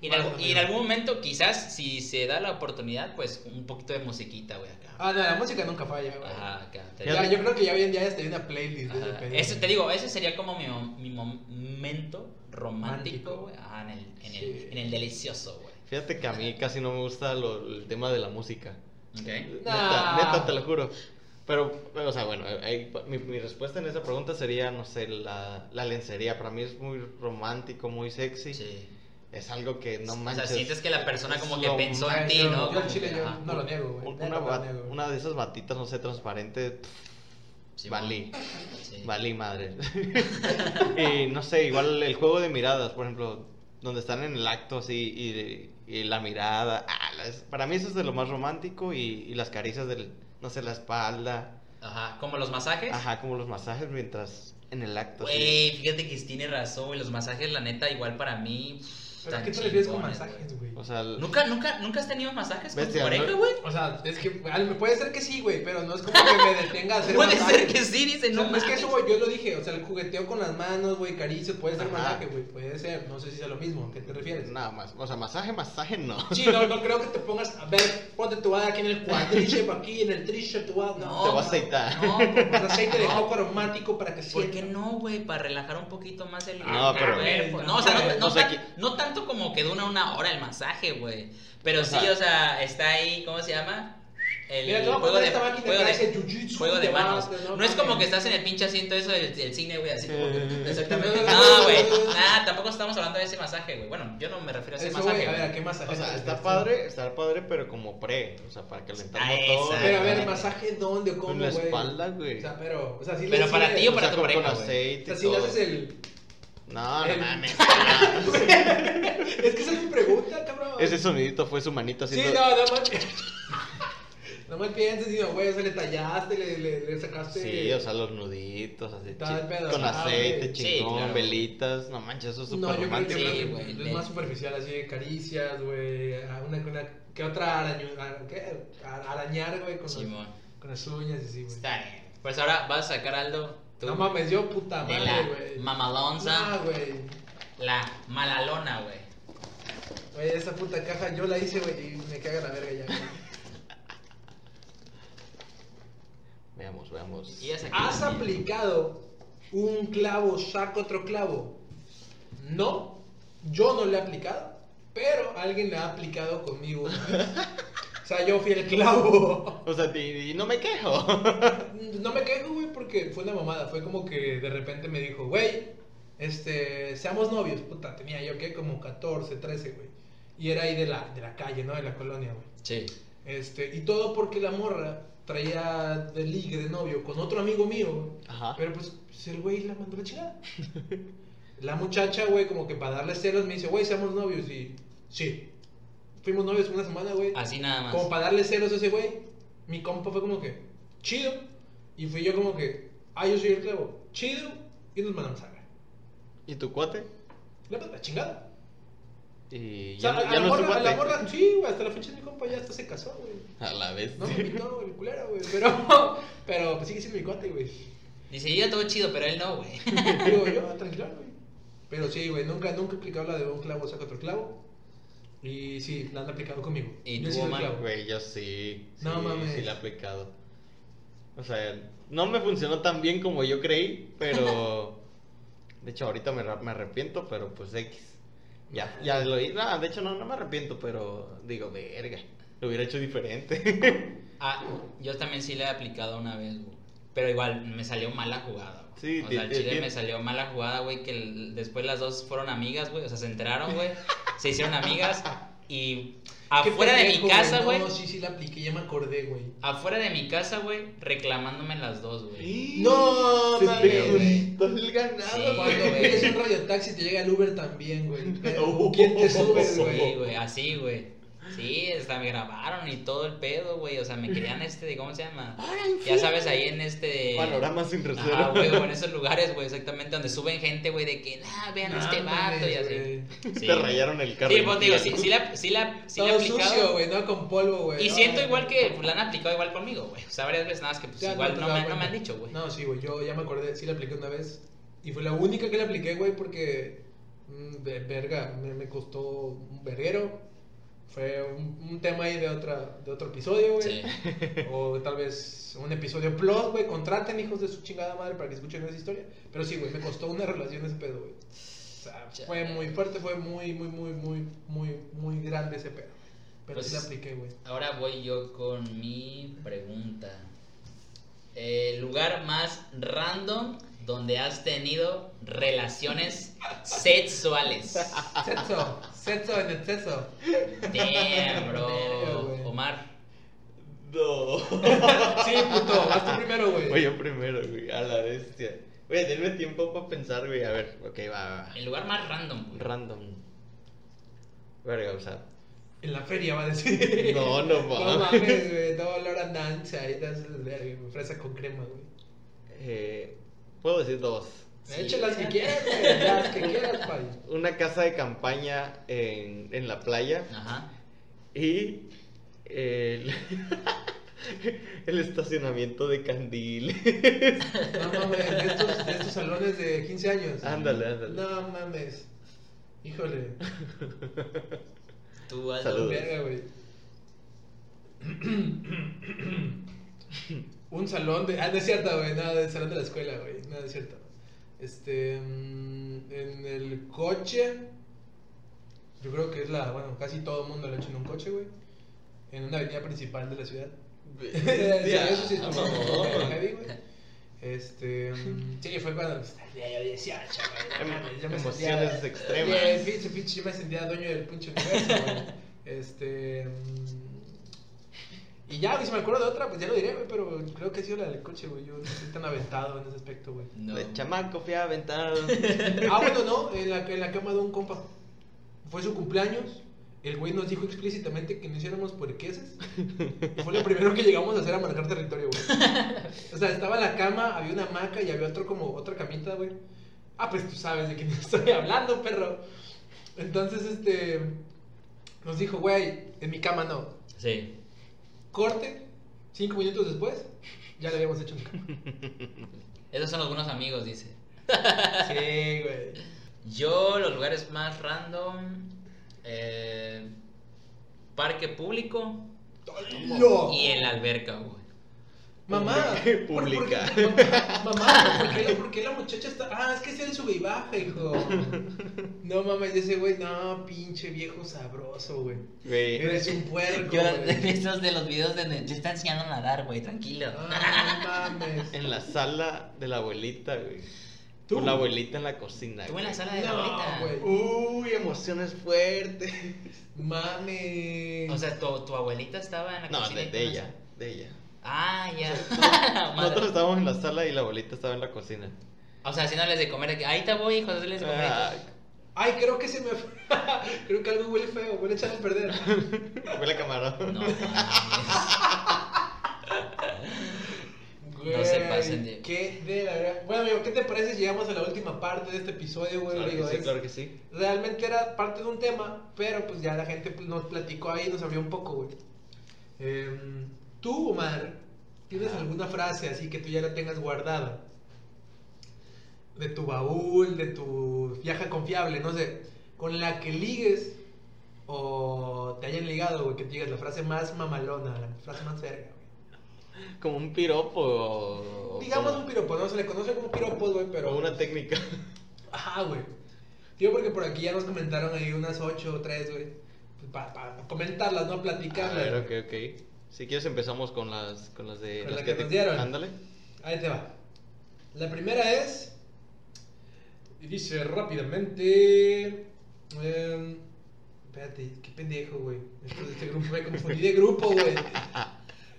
Speaker 5: Y en,
Speaker 4: Más o
Speaker 5: algún, y en
Speaker 4: menos.
Speaker 5: algún momento, quizás, si se da la oportunidad, pues un poquito de musiquita, güey, acá.
Speaker 4: Ah, no, la música nunca falla, güey.
Speaker 5: Ajá, acá. te
Speaker 4: Ya,
Speaker 5: digo.
Speaker 4: yo creo que ya hoy en día hasta hay una playlist de ese
Speaker 5: Ajá,
Speaker 4: pedo.
Speaker 5: Eso, te digo, ese sería como mi, mom- mi momento romántico, güey. Ajá, en el, en,
Speaker 4: Sí.
Speaker 5: el, en el delicioso, güey.
Speaker 6: Fíjate que a mí casi no me gusta lo- el tema de la música.
Speaker 5: ¿Ok?
Speaker 4: Nah.
Speaker 6: Neta, neta, te lo juro. Pero, o sea, bueno, ahí- mi, mi respuesta en esa pregunta sería, no sé, la, la lencería. Para mí es muy romántico, muy sexy.
Speaker 5: Sí.
Speaker 6: Es algo que no
Speaker 5: o
Speaker 6: manches.
Speaker 5: sea, sientes que la persona
Speaker 6: es
Speaker 5: como que
Speaker 6: lo
Speaker 5: pensó en
Speaker 4: más-
Speaker 5: ti, ¿no?
Speaker 4: Yo al
Speaker 5: Como
Speaker 4: chile
Speaker 5: que,
Speaker 4: yo
Speaker 5: ajá.
Speaker 4: no lo niego, güey.
Speaker 6: Un-
Speaker 4: Neta,
Speaker 6: Una,
Speaker 4: no lo
Speaker 6: ba-
Speaker 4: niego, güey.
Speaker 6: una de esas batitas, no sé, transparente. pff,
Speaker 5: Sí,
Speaker 6: valí.
Speaker 5: sí.
Speaker 6: Valí madre. y no sé, igual el juego de miradas, por ejemplo, donde están en el acto así y, y la mirada. ah, las- para mí eso es de lo más romántico y, y las caricias del, no sé, la espalda.
Speaker 5: Ajá, como los
Speaker 4: ¿Eh?
Speaker 5: masajes.
Speaker 6: Ajá, como los masajes mientras en el acto. así.
Speaker 5: Güey, fíjate que tiene razón, güey. Los masajes, la neta, igual para mí.
Speaker 4: ¿Pero a
Speaker 5: están
Speaker 4: qué te refieres con
Speaker 5: chingones,
Speaker 4: masajes, güey?
Speaker 6: O sea, el-
Speaker 5: güey. ¿Nunca, nunca, nunca has tenido masajes con tu
Speaker 6: Bestia,
Speaker 5: pareja,
Speaker 6: ¿no?
Speaker 5: güey?
Speaker 4: O sea, es que güey, al- puede ser que sí, güey, pero no es como que me detenga a hacer
Speaker 5: Puede
Speaker 4: masaje.
Speaker 5: ser que sí, dice,
Speaker 4: No,
Speaker 5: no
Speaker 4: es que
Speaker 5: mames.
Speaker 4: eso, güey, yo lo dije. O sea, el jugueteo con las manos, güey, caricia, puede ser
Speaker 6: Ajá.
Speaker 4: masaje, güey, puede ser. No sé si sea lo mismo. ¿A qué te refieres?
Speaker 6: nada más. O sea, masaje, masaje no.
Speaker 4: Sí, no, no creo que te pongas. A ver, ponte tu bada aquí en el cuadriceps, aquí en el tríceps, tu bada. No,
Speaker 5: No,
Speaker 6: Te voy a
Speaker 5: no,
Speaker 6: aceitar.
Speaker 5: No,
Speaker 4: Con
Speaker 5: por-
Speaker 4: aceite de coco aromático para que
Speaker 5: ¿por
Speaker 4: sienta.
Speaker 5: qué no, güey? Para relajar un poquito más el
Speaker 6: No,
Speaker 5: el
Speaker 6: pero-
Speaker 5: cuerpo. No, o sea, no, no
Speaker 6: O sea,
Speaker 5: tan-
Speaker 6: que-
Speaker 5: no tanto como que dura una hora el masaje, güey. Pero sí,
Speaker 6: sea-
Speaker 5: o sea, está ahí, ¿cómo se llama? El
Speaker 4: Mira, te voy a
Speaker 5: juego
Speaker 4: poner
Speaker 5: de,
Speaker 4: esta máquina
Speaker 5: juego
Speaker 4: que
Speaker 5: de-
Speaker 4: hace jiu-jitsu,
Speaker 5: juego
Speaker 4: te
Speaker 5: de
Speaker 4: vas,
Speaker 5: manos.
Speaker 4: te-
Speaker 5: No,
Speaker 4: no
Speaker 5: es como
Speaker 4: mames.
Speaker 5: que estás en el pinche asiento eso del, del cine, güey, así como que-
Speaker 6: Eh.
Speaker 5: Exactamente. No, güey. Nada, tampoco estamos hablando de ese masaje, güey. Bueno, yo no me refiero a ese
Speaker 4: Eso,
Speaker 5: masaje.
Speaker 4: güey, a ver, ¿a
Speaker 5: güey.
Speaker 4: qué masaje?
Speaker 6: O sea,
Speaker 4: te
Speaker 6: está
Speaker 4: refieres?
Speaker 6: padre, está padre, pero como pre. O sea, para calentar
Speaker 5: Ah,
Speaker 6: motor.
Speaker 5: exacto.
Speaker 4: Pero a ver,
Speaker 5: Exactamente.
Speaker 4: ¿masaje dónde o cómo,
Speaker 6: Con la
Speaker 4: güey?
Speaker 6: espalda, güey.
Speaker 4: O sea, pero. O sea, sí le-
Speaker 5: Pero
Speaker 4: sí
Speaker 5: para
Speaker 4: le-
Speaker 5: ti o
Speaker 6: O
Speaker 5: para
Speaker 6: sea,
Speaker 5: tu
Speaker 6: con, con
Speaker 5: pareja, güey.
Speaker 4: O
Speaker 6: aceite.
Speaker 4: sea,
Speaker 6: y
Speaker 4: si le
Speaker 6: todo.
Speaker 4: haces el.
Speaker 6: No,
Speaker 4: el-
Speaker 6: no mames.
Speaker 4: Es que esa es mi pregunta, cabrón.
Speaker 6: Ese sonidito fue su manito
Speaker 4: Sí,
Speaker 6: haciendo.
Speaker 4: no, no mal. No mal pienses, sino, güey, o sea, le tallaste, le, le, le sacaste.
Speaker 6: Sí, o sea, los nuditos, así.
Speaker 4: Está el
Speaker 6: chi-
Speaker 4: pedo,
Speaker 6: con
Speaker 4: ah,
Speaker 6: aceite,
Speaker 4: güey.
Speaker 5: Sí,
Speaker 6: chingón,
Speaker 5: claro.
Speaker 6: velitas. No manches, eso es súper
Speaker 4: No, yo creo
Speaker 6: romántico.
Speaker 4: que
Speaker 5: Sí,
Speaker 4: es más-
Speaker 5: güey,
Speaker 4: es
Speaker 5: le-
Speaker 4: más superficial, así de caricias, güey. a Una, una, ¿Qué otra araño, a- ¿qué? A- arañar, güey? Con,
Speaker 5: Simón.
Speaker 4: las- con las uñas y así, güey.
Speaker 5: Está bien. Pues ahora vas a sacar Aldo. tú,
Speaker 4: No mames, yo puta
Speaker 5: De
Speaker 4: madre,
Speaker 5: la
Speaker 4: güey.
Speaker 5: mamalonza,
Speaker 4: Ah, güey.
Speaker 5: la malalona, güey.
Speaker 4: Güey, esa puta caja yo la hice, güey, y me caga la verga ya. güey.
Speaker 6: Veamos, veamos.
Speaker 5: Y es aquí.
Speaker 4: ¿Has aplicado un clavo, saca otro clavo? No, yo no le he aplicado, pero alguien la ha aplicado conmigo. o sea, yo fui el clavo.
Speaker 6: O sea, y, y no me quejo.
Speaker 4: No me quejo, güey, porque fue una mamada. Fue como que de repente me dijo, güey, este, seamos novios. Puta, tenía yo que como 14, 13, güey. Y era ahí de la, de la calle, ¿no? De la colonia, güey.
Speaker 5: Sí.
Speaker 4: Este, y todo porque la morra traía de ligue, de novio, con otro amigo mío.
Speaker 6: Ajá.
Speaker 4: Pero pues, pues, el güey la mandó a la chingada. la muchacha, güey, como que para darle celos me dice, güey, seamos novios. Y sí. Fuimos novios una semana, güey.
Speaker 5: Así nada más.
Speaker 4: Como para darle celos a ese güey. Mi compa fue como que, chido. Y fui yo como que, ah, yo soy el clavo. Chido. Y nos mandamos a ver.
Speaker 6: ¿Y tu cuate?
Speaker 4: La, la chingada.
Speaker 6: Y
Speaker 4: O
Speaker 6: ya,
Speaker 4: sea,
Speaker 6: no-
Speaker 4: a,
Speaker 6: ya
Speaker 4: a la
Speaker 6: no es tu
Speaker 4: morra, a la
Speaker 6: cuate.
Speaker 4: morra, sí, güey, hasta la fecha mi compa ya hasta se casó, güey.
Speaker 6: A la vez.
Speaker 4: No me invitó, güey, el culero, güey. Pero, pero pues sigue siendo mi cuate, güey.
Speaker 5: Dice, yo todo chido, pero él no, güey.
Speaker 4: Digo yo, tranquilo, güey. Pero sí, güey, nunca, nunca he aplicado la de un clavo saca otro clavo. Y sí, la han aplicado conmigo.
Speaker 5: ¿Y
Speaker 4: Yo he
Speaker 5: tú,
Speaker 4: sido el
Speaker 5: Omar,
Speaker 4: clavo.
Speaker 6: Güey, yo sí. sí,
Speaker 4: No mames.
Speaker 6: Sí, la he aplicado. O sea, no me funcionó tan bien como yo creí, pero. De hecho, ahorita me, ra- me arrepiento, pero pues X. Ya, ya lo hice. Nada, de hecho, no, no me arrepiento, pero digo, verga. Lo hubiera hecho diferente.
Speaker 5: Ah, yo también sí le he aplicado una vez, güey. Pero igual, me salió mala jugada, güey.
Speaker 6: Sí,
Speaker 5: o
Speaker 6: ti-
Speaker 5: sea, al
Speaker 6: ti- ti-
Speaker 5: chile me salió mala jugada, güey, que el- después las dos fueron amigas, güey. O sea, se enteraron, güey. se hicieron amigas. Y
Speaker 4: Qué
Speaker 5: afuera de
Speaker 4: pendejo,
Speaker 5: mi casa,
Speaker 4: no,
Speaker 5: güey.
Speaker 4: sí, sí, la apliqué, ya me acordé, güey.
Speaker 5: Afuera de mi casa, güey, reclamándome las dos, güey.
Speaker 4: No,
Speaker 6: Se
Speaker 4: mames,
Speaker 6: te
Speaker 4: güey.
Speaker 6: juntó el ganado,
Speaker 5: Sí,
Speaker 6: güey.
Speaker 4: Cuando
Speaker 5: güey.
Speaker 4: pides un radiotaxi te llega el Uber también, güey. Este
Speaker 6: Oh.
Speaker 4: ¿Quién te sube,
Speaker 6: Sí,
Speaker 5: Sí,
Speaker 4: güey?
Speaker 5: güey, así, güey. Sí, hasta me grabaron y todo el pedo, güey. O sea, me querían este, de- ¿cómo se llama? Ya sabes, ahí en este.
Speaker 6: Panorama sin reserva.
Speaker 5: Ajá, güey, o en esos lugares, güey, exactamente, donde suben gente, güey, de que, ah, vean a este
Speaker 4: No
Speaker 5: vato y
Speaker 4: mames,
Speaker 5: así.
Speaker 4: güey.
Speaker 5: Sí,
Speaker 6: Te
Speaker 5: güey.
Speaker 6: rayaron el carro.
Speaker 5: Sí, pues digo, sí,
Speaker 6: entero.
Speaker 5: sí la, sí la, sí la he
Speaker 4: Todo
Speaker 5: aplicado.
Speaker 4: sucio, güey, no con polvo, güey.
Speaker 5: Y
Speaker 4: No,
Speaker 5: siento
Speaker 4: güey.
Speaker 5: igual que pues, la han aplicado igual conmigo, güey. O sea, varias veces nada más que pues,
Speaker 4: Ya,
Speaker 5: igual
Speaker 4: te
Speaker 5: no,
Speaker 4: das
Speaker 5: me, no me
Speaker 4: cuenta.
Speaker 5: han dicho, güey.
Speaker 4: No, sí, güey, yo ya me acordé, sí la apliqué una vez. Y fue la única que la apliqué, güey, porque. mm, ve- verga, me, me costó un verguero. Fue un, un tema ahí de, otra, de otro episodio, güey.
Speaker 5: Sí.
Speaker 4: O tal vez un episodio plus, güey. Contraten hijos de su chingada madre para que escuchen esa historia. Pero sí, güey, me costó una relación ese pedo, güey. O sea, fue muy fuerte, fue muy, muy, muy, muy, muy, muy grande ese pedo. Pero sí la
Speaker 5: Pues-
Speaker 4: apliqué, güey.
Speaker 5: Ahora voy yo con mi pregunta. El lugar más random donde has tenido relaciones sexuales.
Speaker 4: Sexo, sexo en exceso.
Speaker 5: Damn,
Speaker 4: Verga,
Speaker 5: bro.
Speaker 4: güey.
Speaker 5: Omar.
Speaker 6: No.
Speaker 4: Sí, puto, vas tú primero, güey.
Speaker 6: Oye, yo primero, güey. A la bestia. Güey, denme tiempo para pensar, güey. A ver, ok, va, va, va.
Speaker 5: El lugar más random, güey.
Speaker 6: Random. Verga, o sea.
Speaker 4: En la feria va a decir.
Speaker 6: No, no
Speaker 4: No
Speaker 6: mames.
Speaker 4: mames, güey. Todo olor a dance ahí das el verga, fresa con crema, güey.
Speaker 6: Eh, puedo decir dos.
Speaker 5: Sí.
Speaker 4: Echa las que quieras, güey. Las que quieras, pay.
Speaker 6: Una casa de campaña en, en la playa
Speaker 5: Ajá.
Speaker 6: y el, el estacionamiento de candil.
Speaker 4: No mames, de estos, de estos salones de 15 años.
Speaker 6: Ándale, ándale.
Speaker 4: No mames. Híjole.
Speaker 5: Tú, Aldo.
Speaker 6: Saludos.
Speaker 4: Verga, güey. Un salón de. Ah, no es cierto, güey. No, del salón de la escuela, güey. No, no es cierto. Este. mm, En el coche. Yo creo que es la. Bueno, casi todo el mundo lo ha hecho en un coche, güey. En una avenida principal de la ciudad. Sí, eso sí estuvo medio heavy, güey. Este. mm, Sí, fue cuando. Ya yo 18, güey. no mames, yo me sentía-
Speaker 6: Emociones extremas.
Speaker 4: Oye, el pinche, pinche, yo me sentía dueño del pinche universo, güey. Este. mm, Y ya, güey, si me acuerdo de otra, pues ya lo diré, güey, pero creo que ha sido la del coche, güey. Yo no soy tan aventado en ese aspecto, güey.
Speaker 5: No.
Speaker 6: De chamaco fui a aventar.
Speaker 4: Ah, bueno, no, en la, en la cama de un compa. Fue su cumpleaños. El güey nos dijo explícitamente que no hiciéramos puerqueses. Y fue lo primero que llegamos a hacer a marcar territorio, güey. O sea, estaba la cama, había una hamaca y había otro como otra camita, güey. Ah, pues tú sabes de quién estoy hablando, perro. Entonces, este. Nos dijo, güey, en mi cama no.
Speaker 5: Sí.
Speaker 4: Corte, cinco minutos después, ya lo habíamos hecho en mi cama.
Speaker 5: Esos son algunos amigos, dice.
Speaker 4: Sí, güey.
Speaker 5: Yo, los lugares más random. eh, parque público
Speaker 4: ¡Lo! Oh.
Speaker 5: y en la alberca, güey.
Speaker 4: Mamá,
Speaker 6: Publica-
Speaker 4: ¿por- por-
Speaker 6: publica.
Speaker 4: mamá, mamá, ¿por qué, por qué la muchacha está.? Ah, es que es el sube y baja, hijo. No mames, ese güey, no, pinche viejo sabroso, güey.
Speaker 6: Güey,
Speaker 4: Eres un puerco.
Speaker 5: Yo, este
Speaker 4: güey.
Speaker 5: esos de los videos de te está enseñando a nadar, güey, tranquilo.
Speaker 4: Ah, no mames.
Speaker 6: en la sala de la abuelita, güey.
Speaker 4: ¿Tú?
Speaker 6: Con la abuelita en la cocina,
Speaker 5: Tú en la
Speaker 6: güey.
Speaker 5: sala de la abuelita.
Speaker 4: No, güey.
Speaker 6: Uy, emociones fuertes.
Speaker 4: Mames.
Speaker 5: O sea, tu, tu abuelita estaba en la
Speaker 6: No,
Speaker 5: cocina.
Speaker 6: de,
Speaker 5: y tú
Speaker 6: de
Speaker 5: en la
Speaker 6: ella,
Speaker 5: sala.
Speaker 6: de ella.
Speaker 5: Ah, ya. Madre.
Speaker 6: Nosotros estábamos en la sala y la abuelita estaba en la cocina.
Speaker 5: O sea, haciéndoles de comer. de que, Ahí te voy, hijo, hazles de comer.
Speaker 6: Ah,
Speaker 4: Ay, creo que se me. creo que algo huele feo, huele echado a perder.
Speaker 6: Huele a camarón.
Speaker 5: No,
Speaker 4: Ah.
Speaker 5: mames. No se pasen de-
Speaker 4: ¿Qué de la verdad? Bueno, amigo, ¿qué te parece si llegamos a la última parte de este episodio, güey?
Speaker 6: Claro
Speaker 4: Digo,
Speaker 6: que sí,
Speaker 4: es-
Speaker 6: claro que sí.
Speaker 4: Realmente era parte de un tema, pero pues ya la gente pues, nos platicó ahí, nos abrió un poco, güey. Em, tú, Omar, ¿tienes alguna frase así que tú ya la tengas guardada? De tu baúl, de tu viaja confiable, no sé, con la que ligues o te hayan ligado, güey, que te digas la frase más mamalona, la frase más verga, güey.
Speaker 6: Como un piropo. o- o
Speaker 4: Digamos
Speaker 6: como-
Speaker 4: un piropo, no se le conoce como piropos, güey, pero.
Speaker 6: o una técnica.
Speaker 4: Ajá, güey. Digo, porque por aquí ya nos comentaron ahí unas ocho o tres, güey. Pues, Para comentarlas, no
Speaker 6: A
Speaker 4: platicarlas.
Speaker 6: ver, ok, ok. Si quieres empezamos con las, con las de
Speaker 4: Con
Speaker 6: las
Speaker 4: la que nos dieron.
Speaker 6: Ándale.
Speaker 4: Ahí te va. La primera es. Y dice rápidamente. em, espérate, qué pendejo, güey. Esto de este grupo me confundí de grupo, güey.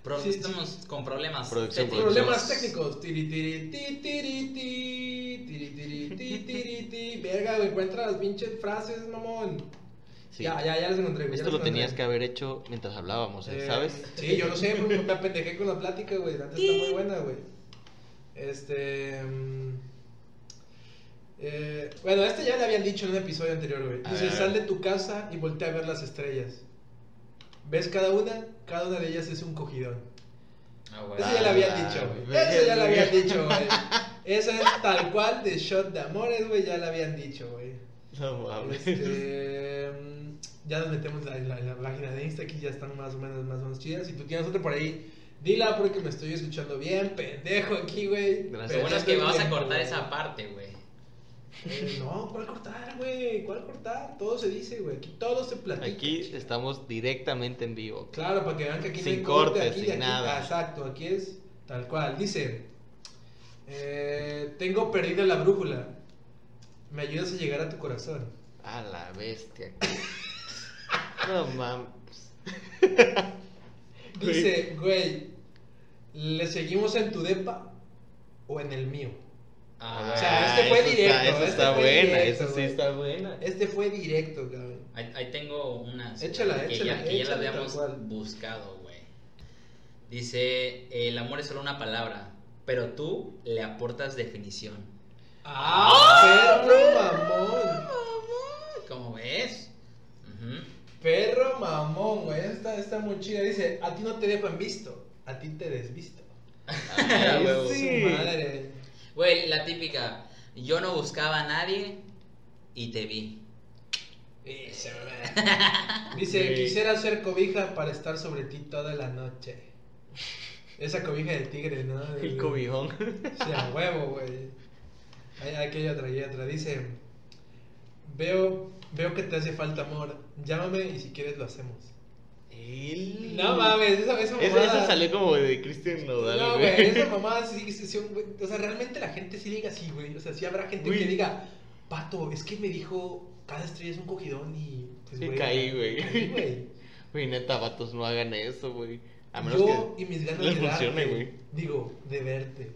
Speaker 5: Pro-
Speaker 4: Sí, sí.
Speaker 5: estamos con problemas.
Speaker 6: Producción,
Speaker 5: técnicos.
Speaker 4: Problemas técnicos. Tiri, tiri, ti, tiri, ti, tiri, tiri, ti, tiri, ti. Verga, güey, encuentra las pinches frases, mamón.
Speaker 6: Sí.
Speaker 4: Ya, ya, ya las encontré, güey. ya
Speaker 6: Esto
Speaker 4: las
Speaker 6: lo tenías
Speaker 4: encontré.
Speaker 6: que haber hecho mientras hablábamos, ¿eh?
Speaker 4: Eh,
Speaker 6: ¿sabes?
Speaker 4: Sí, yo lo sé, porque me apendejé con la plática, güey. Antes está muy buena, güey. Este. mm, eh, bueno, este ya le habían dicho en un episodio anterior, güey.
Speaker 6: A
Speaker 4: Dice:
Speaker 6: ver.
Speaker 4: sal de tu casa y voltea a ver las estrellas. ¿Ves cada una? Cada una de ellas es un cogidón.
Speaker 5: Ah, güey.
Speaker 4: Eso ya lo habían dicho, güey. Eso ya lo habían dicho, güey. Esa es tal cual de Shot de Amores, güey. Ya lo habían dicho, güey.
Speaker 6: No mames.
Speaker 4: Este, mm, ya nos metemos en la, en la página de Insta, aquí ya están más o menos más o menos chidas. Si tú tienes otra por ahí, dila porque me estoy escuchando bien, pendejo aquí, güey.
Speaker 6: Gracias.
Speaker 5: Lo bueno es que
Speaker 4: Pensando
Speaker 5: vamos a
Speaker 4: en-
Speaker 5: cortar esa parte, güey.
Speaker 4: Eh, no, ¿cuál cortar, güey? ¿Cuál cortar? Todo se dice, güey. Aquí todo se platica.
Speaker 6: Aquí estamos directamente en vivo.
Speaker 4: Claro, para que vean que aquí
Speaker 6: Sin
Speaker 4: no hay corte,
Speaker 6: cortes,
Speaker 4: aquí, de
Speaker 6: sin
Speaker 4: aquí.
Speaker 6: nada.
Speaker 4: Exacto, aquí es tal cual. Dice, eh, tengo perdida la brújula. Me ayudas a llegar a tu corazón.
Speaker 6: A la bestia. No mames.
Speaker 4: Dice, güey, ¿le seguimos en tu depa o en el mío?
Speaker 5: Ah,
Speaker 4: O sea, este fue
Speaker 6: eso Está,
Speaker 4: directo,
Speaker 6: Ah, eso
Speaker 4: este
Speaker 6: está
Speaker 4: fue
Speaker 6: buena,
Speaker 4: directo,
Speaker 6: eso sí
Speaker 4: güey.
Speaker 6: está buena.
Speaker 4: Este fue directo, cabrón.
Speaker 5: Ahí, ahí tengo unas
Speaker 4: Échala,
Speaker 5: que
Speaker 4: échala,
Speaker 5: ya, que ya las
Speaker 4: échala, tal
Speaker 5: habíamos
Speaker 4: cual.
Speaker 5: buscado, güey. Dice, el amor es solo una palabra, pero tú le aportas definición.
Speaker 4: ¡Ah! Perro mamón.
Speaker 5: ¿Cómo ves? Ujú.
Speaker 4: Perro mamón, güey. Esta está muy chida. Dice, a ti no te dejan visto, a ti te desvisto.
Speaker 6: Ah,
Speaker 4: Ay,
Speaker 6: huevo.
Speaker 4: su madre.
Speaker 5: Güey, la típica, yo no buscaba a nadie y te vi.
Speaker 4: Dice, güey. Dice,
Speaker 6: Sí.
Speaker 4: quisiera ser cobija para estar sobre ti toda la noche. Esa cobija de tigre, ¿no?
Speaker 6: El cobijón.
Speaker 4: Sí, a huevo, güey. Ahí- Aquí hay otra, hay otra. Dice, veo, veo que te hace falta amor. Llámame y si quieres lo hacemos.
Speaker 6: El-
Speaker 4: No mames, esa, esa
Speaker 6: Esa-
Speaker 4: mamada.
Speaker 6: esa salió como de Christian Nodal,
Speaker 4: No,
Speaker 6: güey.
Speaker 4: güey, esa mamada sí, sí, sí, güey. O sea, realmente la gente sí diga así, güey. O sea, sí habrá gente
Speaker 6: Güey.
Speaker 4: que diga, Pato, es que me dijo, cada estrella es un cogidón y... Pues,
Speaker 6: Y caí, güey.
Speaker 4: caí, güey.
Speaker 6: Güey, neta, vatos, no hagan eso, güey. A menos
Speaker 4: Yo
Speaker 6: que.
Speaker 4: y mis ganas de
Speaker 6: les funcione,
Speaker 4: darte,
Speaker 6: güey.
Speaker 4: Digo, de verte.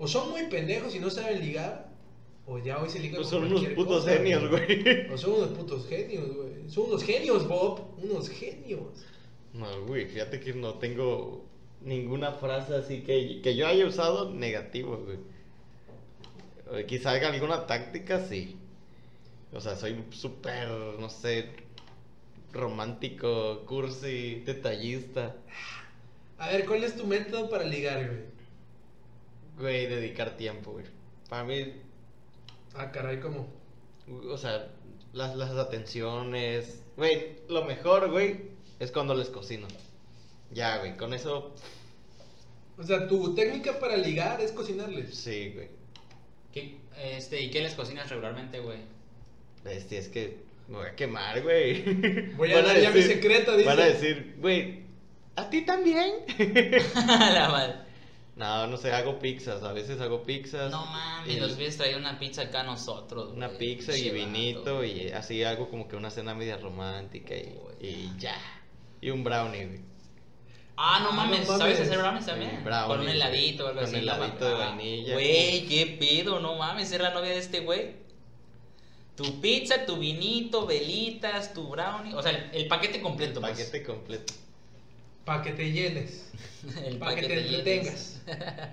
Speaker 4: O son muy pendejos y no saben ligar, o ya hoy se ligan
Speaker 6: Pues
Speaker 4: con
Speaker 6: son unos
Speaker 4: cualquier
Speaker 6: putos
Speaker 4: cosa,
Speaker 6: genios, güey.
Speaker 4: O son unos putos genios, güey. Son unos genios, Bob. Unos genios.
Speaker 6: No, güey, fíjate que no tengo ninguna frase así que, que yo haya usado negativo, güey. Eh, Quizá haga alguna táctica, sí. O sea, soy súper, no sé, romántico, cursi, detallista.
Speaker 4: A ver, ¿cuál es tu método para ligar, güey?
Speaker 6: Güey, dedicar tiempo, güey. Para mí,
Speaker 4: Ah, caray, ¿cómo?
Speaker 6: o sea, las, las atenciones. Güey, lo mejor, güey, es cuando les cocino. Ya, güey, con eso
Speaker 4: O sea, tu técnica para ligar es cocinarles.
Speaker 6: Sí, güey.
Speaker 5: ¿Qué- este, ¿Y qué les cocinas regularmente, güey?
Speaker 6: Bestia, es que me voy a quemar, güey.
Speaker 4: Voy a dar ya mi secreto, dice.
Speaker 6: Van a decir, güey, ¿a ti también?
Speaker 5: La madre.
Speaker 6: no, no sé, hago pizzas. A veces hago pizzas.
Speaker 5: No mames,
Speaker 6: y
Speaker 5: nos hubieras traído una pizza acá a nosotros.
Speaker 6: Una
Speaker 5: güey.
Speaker 6: pizza y
Speaker 5: Pinche vato.
Speaker 6: vinito y así hago como que una cena media romántica y, y ya. Y un brownie, güey.
Speaker 5: Ah, no
Speaker 4: Ah,
Speaker 5: mames,
Speaker 4: no
Speaker 5: ¿sabes
Speaker 4: mames.
Speaker 5: hacer brownies también?
Speaker 6: Sí, brownies,
Speaker 5: Con un heladito o algo
Speaker 6: con
Speaker 5: así.
Speaker 6: heladito de
Speaker 5: Ah,
Speaker 6: vainilla.
Speaker 5: Güey, qué pedo, no mames, es la novia de este güey. Tu pizza, tu vinito, velitas, tu brownie. O sea, el, el paquete completo. pues.
Speaker 6: Paquete completo.
Speaker 4: Para que te llenes.
Speaker 5: el
Speaker 4: Para que
Speaker 5: paquete
Speaker 4: te
Speaker 5: lleno.
Speaker 4: entretengas.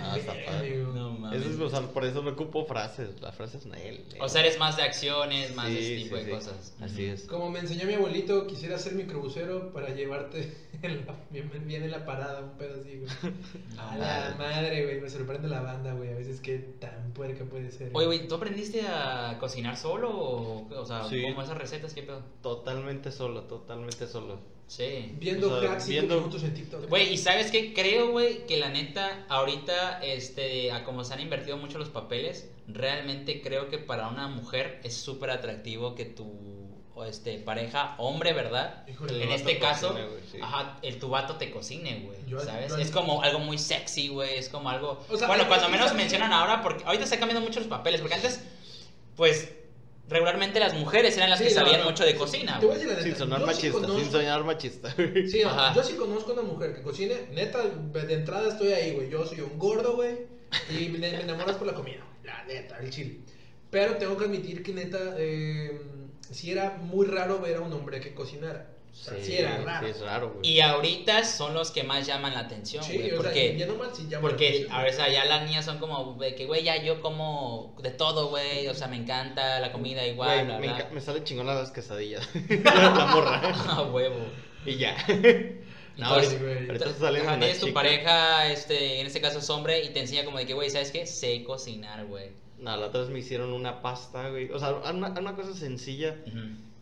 Speaker 6: Ah, está padre.
Speaker 5: No mames.
Speaker 6: Eso es, o sea, por eso no ocupo frases. Las frases no él.
Speaker 5: O sea, eres más de acciones,
Speaker 6: Sí,
Speaker 5: más de ese
Speaker 6: sí,
Speaker 5: tipo de
Speaker 6: sí.
Speaker 5: cosas.
Speaker 6: Así es.
Speaker 4: Como me enseñó mi abuelito, quisiera ser microbusero para llevarte en la- bien, bien en la parada, un pedo así, güey.
Speaker 5: Ah,
Speaker 4: A la madre, güey. Me sorprende la banda, güey. A veces qué tan puerca puede ser.
Speaker 5: Oye, güey, ¿tú aprendiste a cocinar solo o, o sea,
Speaker 6: Sí.
Speaker 5: como esas recetas, qué pedo?
Speaker 6: Totalmente solo, totalmente solo.
Speaker 5: Sí.
Speaker 4: Viendo
Speaker 6: o sea,
Speaker 4: cracks y
Speaker 6: viendo-
Speaker 4: minutos en TikTok.
Speaker 5: Güey, ¿y sabes qué? Creo, güey, que la neta, ahorita, este, a como se han invertido mucho los papeles, realmente creo que para una mujer es súper atractivo que tu, o este, pareja, hombre, ¿verdad?
Speaker 4: Híjole,
Speaker 5: en
Speaker 6: vato
Speaker 5: este caso,
Speaker 6: cocine, güey, sí.
Speaker 5: ajá, el tu vato te cocine, güey,
Speaker 4: Yo-
Speaker 5: ¿sabes?
Speaker 4: yo-
Speaker 5: es como algo muy sexy, güey, es como algo...
Speaker 4: O sea,
Speaker 5: bueno,
Speaker 4: es
Speaker 5: cuando
Speaker 4: que
Speaker 5: menos
Speaker 4: sabes-
Speaker 5: mencionan ahora, porque ahorita se han cambiado mucho los papeles, porque antes, pues, regularmente las mujeres eran las
Speaker 4: Sí,
Speaker 5: que
Speaker 4: no,
Speaker 5: sabían
Speaker 4: no.
Speaker 5: mucho de cocina,
Speaker 4: Te voy a decir
Speaker 5: güey.
Speaker 4: la neta.
Speaker 6: Sin sonar
Speaker 4: yo sí
Speaker 6: machista,
Speaker 4: conozco-
Speaker 6: sin sonar machista.
Speaker 4: Sí, no,
Speaker 5: Ajá.
Speaker 4: yo sí conozco una mujer que cocine. Neta, de entrada estoy ahí, güey. Yo soy un gordo, güey. Y me, me enamoras por la comida, güey. La neta, el chile. Pero tengo que admitir que neta, eh, sí era muy raro ver a un hombre que cocinara. O sea, sí, era raro.
Speaker 6: sí, es raro, güey.
Speaker 5: Y ahorita son los que más llaman la atención,
Speaker 4: Sí,
Speaker 5: güey,
Speaker 4: o sea,
Speaker 5: porque...
Speaker 4: ya no mal, sí, ya mal.
Speaker 5: Porque a veces allá las niñas son como de que, güey, ya yo como de todo, güey. O sea, me encanta la comida igual,
Speaker 6: Güey,
Speaker 5: bla,
Speaker 6: me,
Speaker 5: bla.
Speaker 6: enca- me salen chingonas las quesadillas. la morra.
Speaker 5: Ah, huevo.
Speaker 6: Y ya.
Speaker 5: No,
Speaker 4: Ay,
Speaker 5: ahorita-
Speaker 4: güey.
Speaker 6: ahorita salen
Speaker 5: ajá,
Speaker 6: una
Speaker 5: tienes tu
Speaker 6: chica.
Speaker 5: pareja, este, en este caso es hombre, y te enseña como de que, güey, ¿sabes qué? Sé cocinar, güey.
Speaker 6: No, la otra vez me hicieron una pasta, güey. O sea, una, una cosa sencilla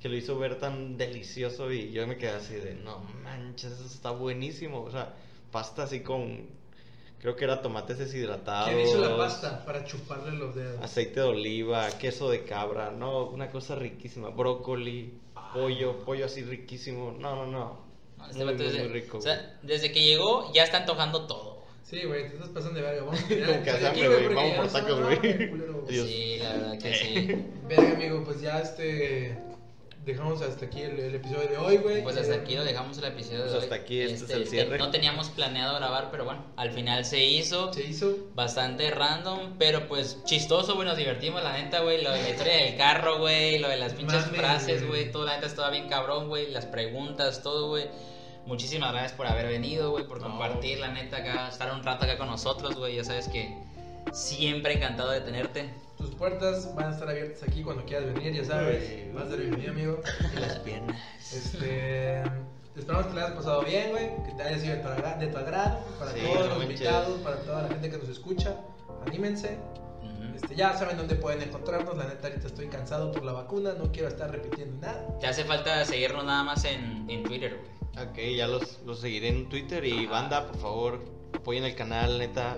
Speaker 6: que lo hizo ver tan delicioso y yo me quedé así de, no manches, eso está buenísimo. O sea, pasta así con, creo que era tomates deshidratados.
Speaker 4: ¿Quién hizo la pasta para chuparle los dedos?
Speaker 6: Aceite de oliva, queso de cabra, no, una cosa riquísima, brócoli, pollo, pollo así riquísimo, no, no, no.
Speaker 5: No, este
Speaker 6: Muy,
Speaker 5: vato
Speaker 6: muy,
Speaker 5: desde,
Speaker 6: muy rico,
Speaker 5: o sea, desde que llegó ya está antojando todo.
Speaker 4: Sí, güey, te estás pasando de verga. Vamos a terminar
Speaker 6: Como que
Speaker 4: el
Speaker 6: hace
Speaker 4: episodio aquí, porque
Speaker 6: hambre, güey, vamos
Speaker 4: ya
Speaker 6: por
Speaker 4: nos van a
Speaker 6: tacos,
Speaker 4: dar hambre,
Speaker 6: güey.
Speaker 4: culero.
Speaker 6: Dios.
Speaker 5: Sí, la verdad que sí.
Speaker 4: Verga, amigo, pues ya este. Dejamos hasta aquí el, el episodio de hoy, güey.
Speaker 5: Pues hasta
Speaker 4: Eh,
Speaker 5: aquí lo dejamos el episodio de
Speaker 6: Pues
Speaker 5: hoy.
Speaker 6: hasta aquí, este es el cierre.
Speaker 5: No teníamos planeado grabar, pero bueno, al final se hizo.
Speaker 4: Se hizo.
Speaker 5: Bastante random, pero pues chistoso, güey, nos divertimos, la neta, güey, lo de la historia del carro, güey, lo de las pinches
Speaker 4: Mames,
Speaker 5: frases,
Speaker 4: güey.
Speaker 5: güey, todo, la neta estaba bien cabrón, güey, las preguntas, todo, güey. Muchísimas gracias por haber venido, güey, por compartir, la neta, acá, estar un rato acá con nosotros, güey, ya sabes que siempre encantado de tenerte.
Speaker 4: Tus puertas van a estar abiertas aquí cuando quieras venir, ya sabes. Vas a ser bienvenido, amigo.
Speaker 5: Las piernas.
Speaker 4: Este. Esperamos que te hayas pasado bien, güey. Que te haya sido de tu, agra- de tu agrado. Para
Speaker 6: Sí,
Speaker 4: todos
Speaker 6: no
Speaker 4: los
Speaker 6: manches.
Speaker 4: invitados, para toda la gente que nos escucha. Anímense. Este, ya saben dónde pueden encontrarnos. La neta, ahorita estoy cansado por la vacuna. No quiero estar repitiendo nada.
Speaker 5: Te hace falta seguirnos nada más en, en Twitter, güey.
Speaker 6: Ok, ya los, los seguiré en Twitter y banda, por favor, apoyen el canal, neta,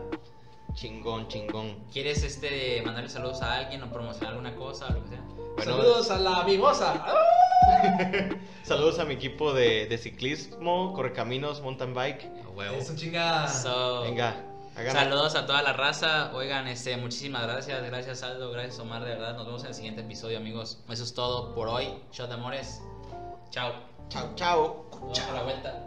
Speaker 6: chingón, chingón.
Speaker 5: ¿Quieres este, mandarle saludos a alguien o promocionar alguna cosa o lo que sea?
Speaker 6: Bueno,
Speaker 4: Saludos a la mimosa. ¡Ah!
Speaker 6: Saludos a mi equipo de, de ciclismo, correcaminos, mountain bike.
Speaker 5: A huevo.
Speaker 4: Eso, chingada.
Speaker 5: So-
Speaker 6: Venga, hagan
Speaker 5: Saludos a toda la raza. Oigan, este, muchísimas gracias. Gracias, Aldo. Gracias, Omar. De verdad, nos vemos en el siguiente episodio, amigos. Eso es todo por hoy. Shot de amores. Chao.
Speaker 6: Chao, chao.
Speaker 5: Nos vemos a la vuelta.